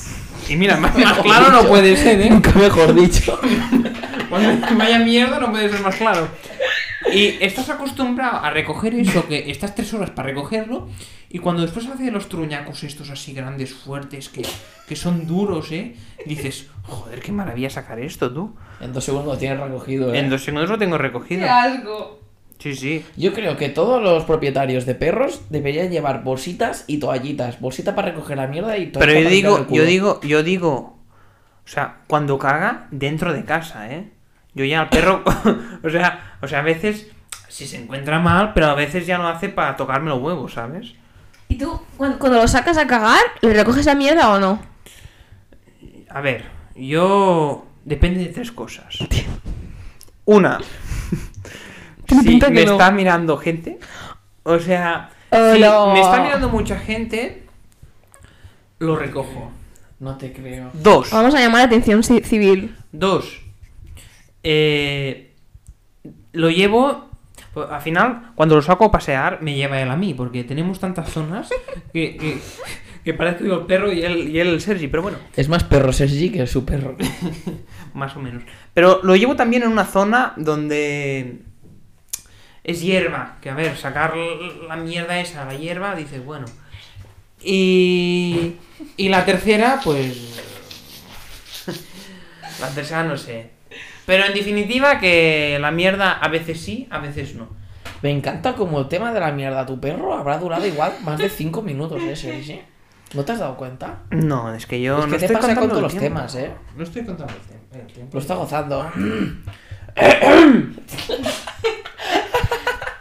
S3: Y mira, más,
S2: Ah,
S3: más claro no puede ser, ¿eh?
S2: Nunca mejor dicho.
S3: Cuando dices, vaya mierda no puede ser más claro. Y estás acostumbrado a recoger eso, que estás tres horas para recogerlo, y cuando después hace los truñacos estos así grandes, fuertes, que, que son duros, ¿eh? Dices, joder, qué maravilla sacar esto, tú.
S2: En dos segundos lo tienes recogido. ¿eh?
S3: En dos segundos lo tengo recogido.
S1: asco!
S3: Sí, sí.
S2: Yo creo que todos los propietarios de perros deberían llevar bolsitas y toallitas. Bolsita para recoger la mierda y toallitas
S3: Pero yo
S2: para limpiar el
S3: digo,
S2: culo.
S3: yo digo, yo digo, o sea, cuando caga dentro de casa, ¿eh? Yo ya al perro, o sea, o sea, a veces si se encuentra mal, pero a veces ya lo hace para tocarme los huevos, ¿sabes?
S1: ¿Y tú, cuando, cuando lo sacas a cagar, le recoges la mierda o no?
S3: A ver, yo depende de tres cosas. Una,
S1: Tiene
S3: si
S1: pinta que
S3: me
S1: no.
S3: está mirando gente, o sea, si
S1: Hola.
S3: me está mirando mucha gente, lo recojo.
S2: No te creo.
S3: Dos.
S1: Vamos a llamar la atención ci- civil.
S3: Dos, eh, lo llevo. pues, Al final, cuando lo saco a pasear, me lleva él a mí, porque tenemos tantas zonas que, que, que parece que vivo el perro y él, y él el Sergi, pero bueno,
S2: Es más perro Sergi que su perro.
S3: más o menos. Pero lo llevo también en una zona donde es hierba, que a ver, sacar l- la mierda esa, la hierba, dices, bueno. Y, y la tercera, pues... La tercera no sé. Pero en definitiva que la mierda a veces sí, a veces no.
S2: Me encanta como el tema de la mierda tu perro habrá durado igual más de 5 minutos, ¿eh, Sergi? ¿No te has dado cuenta?
S3: No, es que yo
S2: Es que
S3: no
S2: te
S3: estoy
S2: pasa con
S3: contando
S2: todos
S3: el
S2: los
S3: tiempo.
S2: temas, ¿eh?
S3: No estoy contando el tem- el tiempo.
S2: Lo está gozando.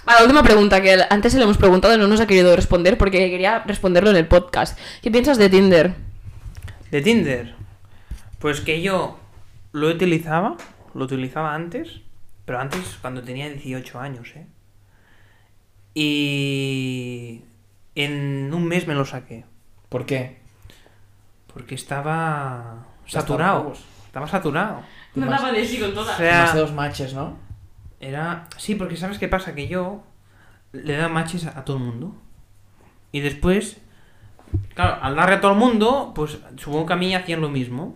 S1: Vale, última pregunta que antes se le hemos preguntado y no nos ha querido responder porque quería responderlo en el podcast. ¿Qué piensas de Tinder?
S3: De Tinder. Pues que yo lo utilizaba, lo utilizaba antes, pero antes cuando tenía 18 años, ¿eh? Y en un mes me lo saqué,
S2: ¿Por qué?
S3: porque estaba
S2: Estás tan
S3: saturado.
S2: locos.
S3: Estaba saturado.
S2: No daba
S1: de sí con
S3: O
S2: Más de
S3: sea,
S2: dos matches, ¿no?
S3: era... Sí, porque ¿sabes qué pasa? Que yo le da matches a, a todo el mundo. Y después, claro, al darle a todo el mundo, pues supongo que a mí hacían lo mismo.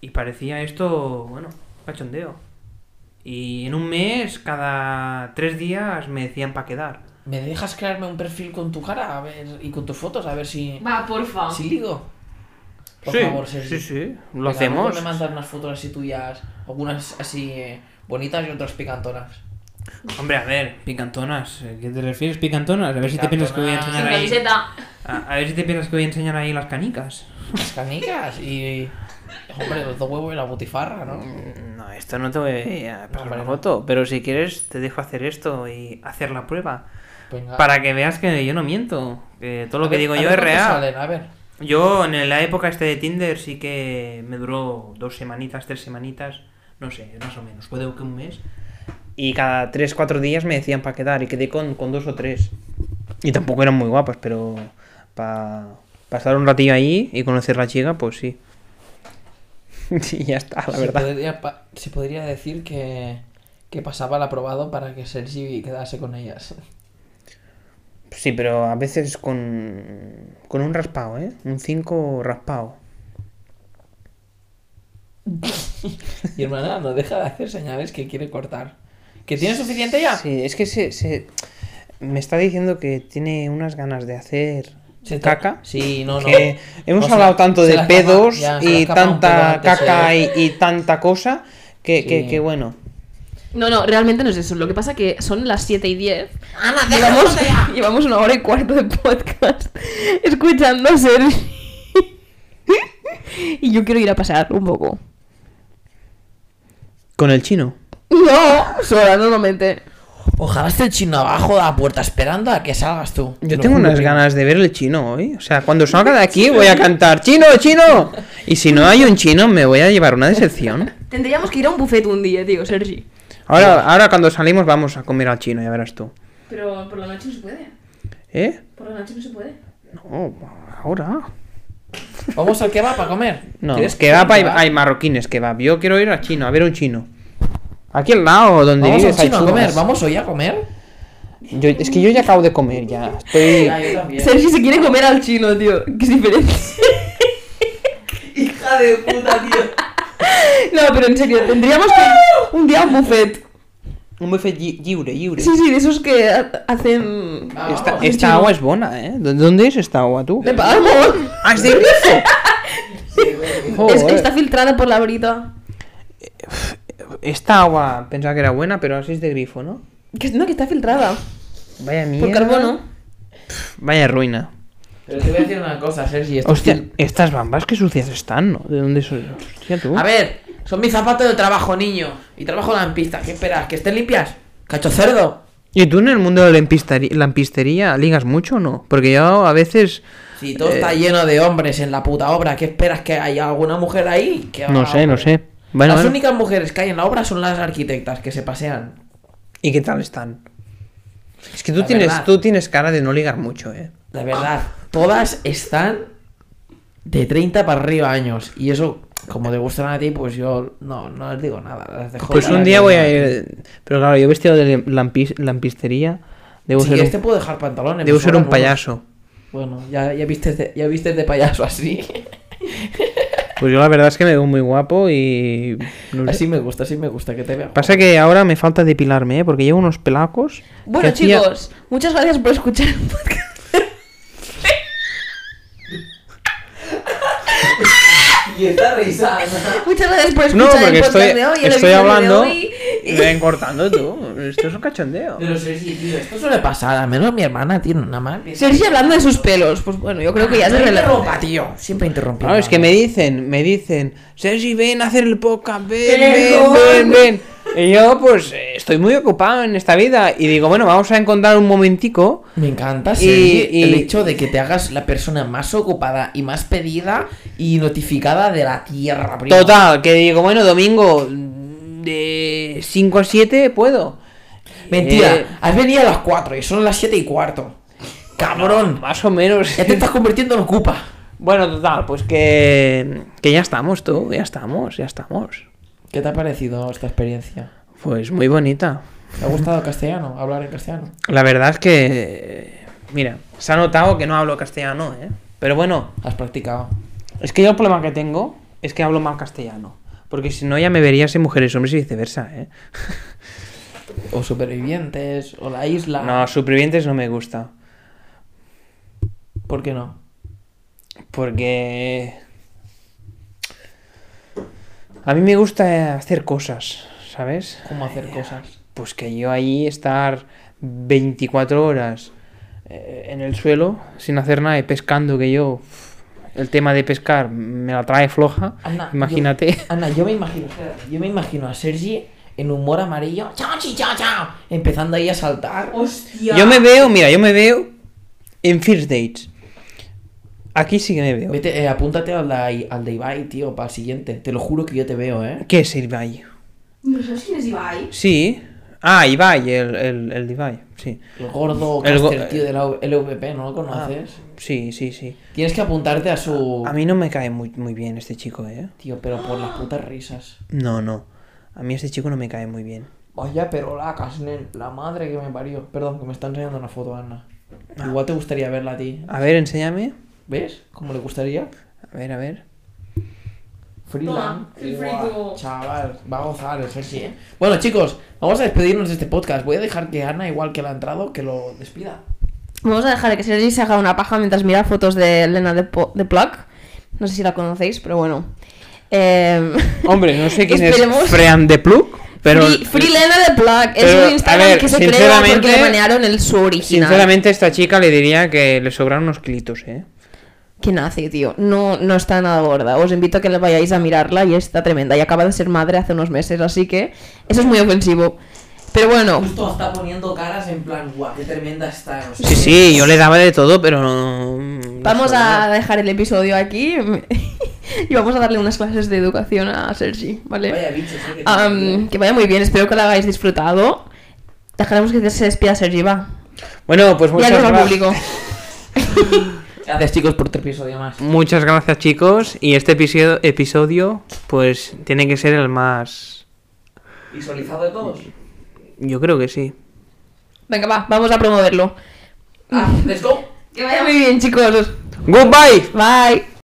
S3: Y parecía esto, bueno, cachondeo. Y en un mes, cada tres días, me decían para quedar.
S2: ¿Me dejas crearme un perfil con tu cara a ver, y con tus fotos a ver si.
S1: Va, porfa.
S2: si ligo? Por
S3: sí,
S2: favor, Sergi.
S3: sí, sí, lo
S2: Venga, luego
S3: hacemos.
S2: Me mandan unas fotos así tuyas, algunas así eh, bonitas y otras picantonas.
S3: Hombre, a ver, picantonas. ¿eh? ¿Qué te refieres, picantonas? A ver si te piensas que voy a enseñar
S2: Sin
S3: ahí. A, a ver si te piensas que voy a enseñar ahí las canicas.
S2: Las canicas y. Hombre, los dos huevos y la butifarra, ¿no?
S3: Mm. No, esto no te voy a pasar
S2: Ah, Vale, no.
S3: la foto, pero si quieres te dejo hacer esto y hacer la prueba.
S2: Venga.
S3: Para que veas que yo no miento, que todo lo
S2: Ah. A
S3: que
S2: ver,
S3: digo
S2: a
S3: yo
S2: ver
S3: es
S2: cuántos
S3: real.
S2: salen, a ver.
S3: Yo en la época este de Tinder sí que me duró dos semanitas, tres semanitas, no sé, más o menos, puede que un mes. Y cada tres, cuatro días me decían para quedar y quedé con, con dos o tres. Y tampoco eran muy guapas, pero para pasar un ratillo ahí y conocer la chica, pues sí. Sí, ya está, la
S2: Se
S3: verdad.
S2: podría, pa- se podría decir que, que pasaba el aprobado para que Sergi quedase con ellas.
S3: Sí, pero a veces con, con un raspado, ¿eh? Un 5 raspado.
S2: Y hermana, no deja de hacer señales que quiere cortar. ¿Que tiene suficiente ya?
S3: Sí, es que se, se- me está diciendo que tiene unas ganas de hacer
S2: ¿Se te-
S3: caca.
S2: Sí, no, no.
S3: que hemos
S2: O sea,
S3: hablado tanto
S2: se
S3: de
S2: le escapa-
S3: pedos
S2: ya, se le
S3: y
S2: escapa un pedo
S3: tanta
S2: antes,
S3: caca
S2: eh.
S3: y, y tanta cosa que, que,
S2: Sí.
S3: que bueno.
S1: No, no, realmente no es eso. Lo que pasa que son las 7 y 10. llevamos, llevamos una hora y cuarto de podcast escuchando a Sergi. y yo quiero ir a pasar un poco.
S3: Con el chino.
S1: No, sola normalmente.
S2: Ojalá esté el chino abajo de la puerta esperando a que salgas tú. Te
S3: Yo
S2: lo
S3: tengo
S2: juro,
S3: unas
S2: primo.
S3: ganas de ver el chino hoy. O sea, cuando salga de aquí voy a cantar ¡Chino, chino! Y si no hay un chino me voy a llevar una decepción.
S1: Tendríamos que ir a un buffet un día, tío, Sergi.
S3: Ahora, ahora cuando salimos vamos a comer al chino, ya verás tú.
S6: Pero por la noche no se puede.
S3: ¿Eh?
S6: Por la noche no se puede.
S3: No, ahora.
S2: Vamos al kebab a comer.
S3: No,
S2: ¿Quieres
S3: kebab hay,
S2: kebab?
S3: hay marroquines kebab. Yo quiero ir a chino, a ver un chino. Aquí al lado, donde
S2: Vamos al
S3: vives, hay
S2: chino a comer.
S3: churros.
S2: Vamos hoy a comer.
S3: Yo- es que yo ya acabo de comer, ya. Estoy...
S2: yo también.
S1: Sergi se quiere comer al chino, tío. Que es diferente.
S2: Hija de puta, tío.
S1: no, pero en serio, tendríamos que ir un día a un buffet.
S3: Un buffet lli- lliure, lliure.
S1: Sí, sí, de esos que ha- hacen...
S2: Ah,
S3: Esta,
S2: vamos.
S3: esta agua es buena, ¿eh? ¿Dó- ¿Dónde es esta agua, tú?
S1: ¡De palmo!
S3: ¡Ah, es de grifo!
S1: Es
S3: Joder.
S1: que está filtrada por la brita.
S3: Esta agua pensaba que era buena, pero así es de grifo, ¿no?
S1: Que- no, que está filtrada.
S3: Vaya mierda.
S1: Por carbono.
S3: Vaya ruina.
S2: Pero te voy a decir una cosa, Sergi. esto-
S3: Hostia, estas bambas que sucias están, ¿no? ¿De dónde son? Hostia, tú.
S2: A ver, son mis zapatos de trabajo, niño. Y trabajo en la pista. ¿Qué esperas? ¿Que estén limpias? ¿Cacho cerdo?
S3: ¿Y tú en el mundo de la empisteri- la empistería ligas mucho o no? Porque yo a veces...
S2: Si
S3: Eh.
S2: todo está lleno de hombres en la puta obra, ¿qué esperas que haya alguna mujer ahí? Que
S3: No
S2: haga
S3: sé, no
S2: obra?
S3: sé. Bueno,
S2: las
S3: bueno.
S2: únicas mujeres que hay en la obra son las arquitectas que se pasean.
S3: ¿Y qué tal están? Es que tú
S2: La
S3: tienes,
S2: verdad.
S3: tú tienes cara de no ligar mucho, ¿eh?
S2: La verdad, todas están de 30 para arriba años. Y eso, como te gustan a ti, pues yo no, no les digo nada. Las dejo
S3: Pues
S2: para
S3: un
S2: que
S3: día voy
S2: no-
S3: a ir... Pero claro, yo vestido de lampis- lampistería... Debo
S2: Si
S3: ser,
S2: quieres
S3: un,
S2: te este puedo dejar pantalones.
S3: debo
S2: pues
S3: ser
S2: ahora
S3: un
S2: no.
S3: payaso.
S2: Bueno, ya, ya, viste de, ya vistes de payaso así.
S3: Pues yo la verdad es que me veo muy guapo y... no sé.
S2: Así me gusta, así me gusta que te vea.
S3: Pasa que ahora me falta depilarme, ¿eh? Porque llevo unos pelacos...
S1: Bueno,
S3: que hacía-
S1: chicos, muchas gracias por escuchar el podcast.
S2: Y está risa.
S1: Muchas gracias por
S3: No,
S1: escuchar
S3: porque
S1: el podcast
S3: estoy,
S1: de hoy. el
S3: estoy
S1: episodio de
S3: hablando...
S1: hoy.
S3: Me ven cortando tú. Esto es un cachondeo.
S2: Pero Sergi, tío, esto suele pasar. Al menos mi hermana tiene una madre.
S1: Sergi hablando de sus pelos. Pues bueno, yo creo que ya es
S2: Siempre interrumpa,
S1: relevante.
S2: tío. Siempre interrumpí.
S3: Claro, es que me dicen, me dicen, Sergi, ven a hacer el podcast, ven,
S2: Pero-
S3: ven, ven, ven. Y yo, pues, eh, estoy muy ocupado en esta vida. Y digo, bueno, vamos a encontrar un momentico.
S2: Me encanta
S3: Y-
S2: Sergi,
S3: y-
S2: el hecho de que te hagas la persona más ocupada y más pedida y notificada de la tierra. primo.
S3: Total, que digo, bueno, domingo mm, de 5 a 7 puedo.
S2: Mentira,
S3: Eh,
S2: has venido a las 4 y son las 7 y cuarto. Cabrón,
S3: más o menos.
S2: ya te estás convirtiendo en ocupa.
S3: Bueno, total, pues que, que ya estamos, tú, ya estamos, ya estamos.
S2: ¿Qué te ha parecido esta experiencia?
S3: Pues muy bonita.
S2: ¿Te ha gustado castellano? Hablar en castellano.
S3: La verdad es que, mira, se ha notado que no hablo castellano, ¿eh? Pero bueno,
S2: Has practicado.
S3: Es que yo el problema que tengo es que hablo mal castellano. Porque si no, ya me verías en mujeres, hombres y viceversa, ¿eh?
S2: O supervivientes, o la isla.
S3: No, supervivientes no me gusta.
S2: ¿Por qué no?
S3: Porque. A mí me gusta hacer cosas, ¿sabes?
S2: ¿Cómo hacer cosas?
S3: Pues que yo ahí estar 24 horas eh, en el suelo, sin hacer nada y pescando, que yo. uf, El tema de pescar me la trae floja.
S2: Anda,
S3: Imagínate.
S2: yo- Anda, yo me imagino, espera, yo me imagino a Sergi en humor amarillo, chao, chi, chao, chao, empezando ahí a saltar.
S6: Hostia.
S3: Yo me veo, mira, yo me veo en First Dates. Aquí sí que me veo.
S2: Vete, eh, apúntate al de, al de Ibai, tío, para el siguiente. Te lo juro que yo te veo, ¿eh?
S3: ¿Qué es Ibai?
S6: ¿No sabes quién es Ibai?
S3: Sí. Ah, Ibai, el, el, el de Ibai, sí.
S2: El gordo
S3: El
S2: el
S3: go-
S2: tío de la LVP, ¿no lo conoces?
S3: Sí, sí, sí.
S2: Tienes que apuntarte a su...
S3: A mí no me cae muy, muy bien este chico, ¿eh?
S2: Tío, pero por las putas risas.
S3: No, no. A mí este chico no me cae muy bien.
S2: Vaya, pero la casnen, la madre que me parió. Perdón, que me está enseñando una foto, Ana. Igual te gustaría verla a ti.
S3: A ver, enséñame.
S2: ¿Ves? ¿Cómo le gustaría?
S3: A ver, a ver.
S2: Freeland.
S6: Toma, free
S2: Guau,
S6: free to-
S2: Chaval, va a gozar el Sergi, ¿eh? Bueno, chicos, vamos a despedirnos de este podcast. Voy a dejar que Ana, igual que la ha entrado, que lo despida.
S1: Vamos a dejar que Sergi se haga una paja mientras mira fotos de Elena de, Po- de Plug. No sé si la conocéis, pero bueno. Em,
S3: Hombre, no sé quién
S1: Esperemos.
S3: es Frean de Plug, pero...
S1: Free, Free Lena de Plug. Es
S3: Pero,
S1: un Instagram
S3: a ver,
S1: que se crea
S3: sinceramente-
S1: porque le banearon el su original.
S3: Sinceramente, esta chica le diría que le sobran unos kilitos, ¿eh?
S1: ¿Quién hace, tío? No, no está nada gorda. Os invito a que le vayáis a mirarla y está tremenda. Y acaba de ser madre hace unos meses, así que eso es muy ofensivo. Pero bueno,
S2: Justo está poniendo caras en plan, guau, qué tremenda está. no sé
S3: Sí,
S2: qué.
S3: sí, yo le daba de todo, pero no... no
S1: vamos
S3: sobraba.
S1: a dejar el episodio aquí y vamos a darle unas clases de educación a Sergi, ¿vale?
S2: Vaya bicho, sí que
S1: Am,
S2: tiene,
S3: ¿eh?
S2: tío.
S1: que vaya muy bien, espero que lo hayáis disfrutado. Dejaremos que se despida Sergi, va.
S3: Bueno, pues
S1: Ya
S3: muchas
S1: nos al
S3: gracias.
S1: público.
S2: Gracias, chicos, por otro episodio más.
S3: Muchas gracias, chicos. Y este episodio, episodio, pues tiene que ser el más.
S2: ¿Visualizado de todos?
S3: Yo creo que sí.
S1: Venga, va, vamos a promoverlo.
S2: Ah, let's go.
S1: Que vaya muy bien, chicos.
S3: ¡Goodbye!
S1: Bye.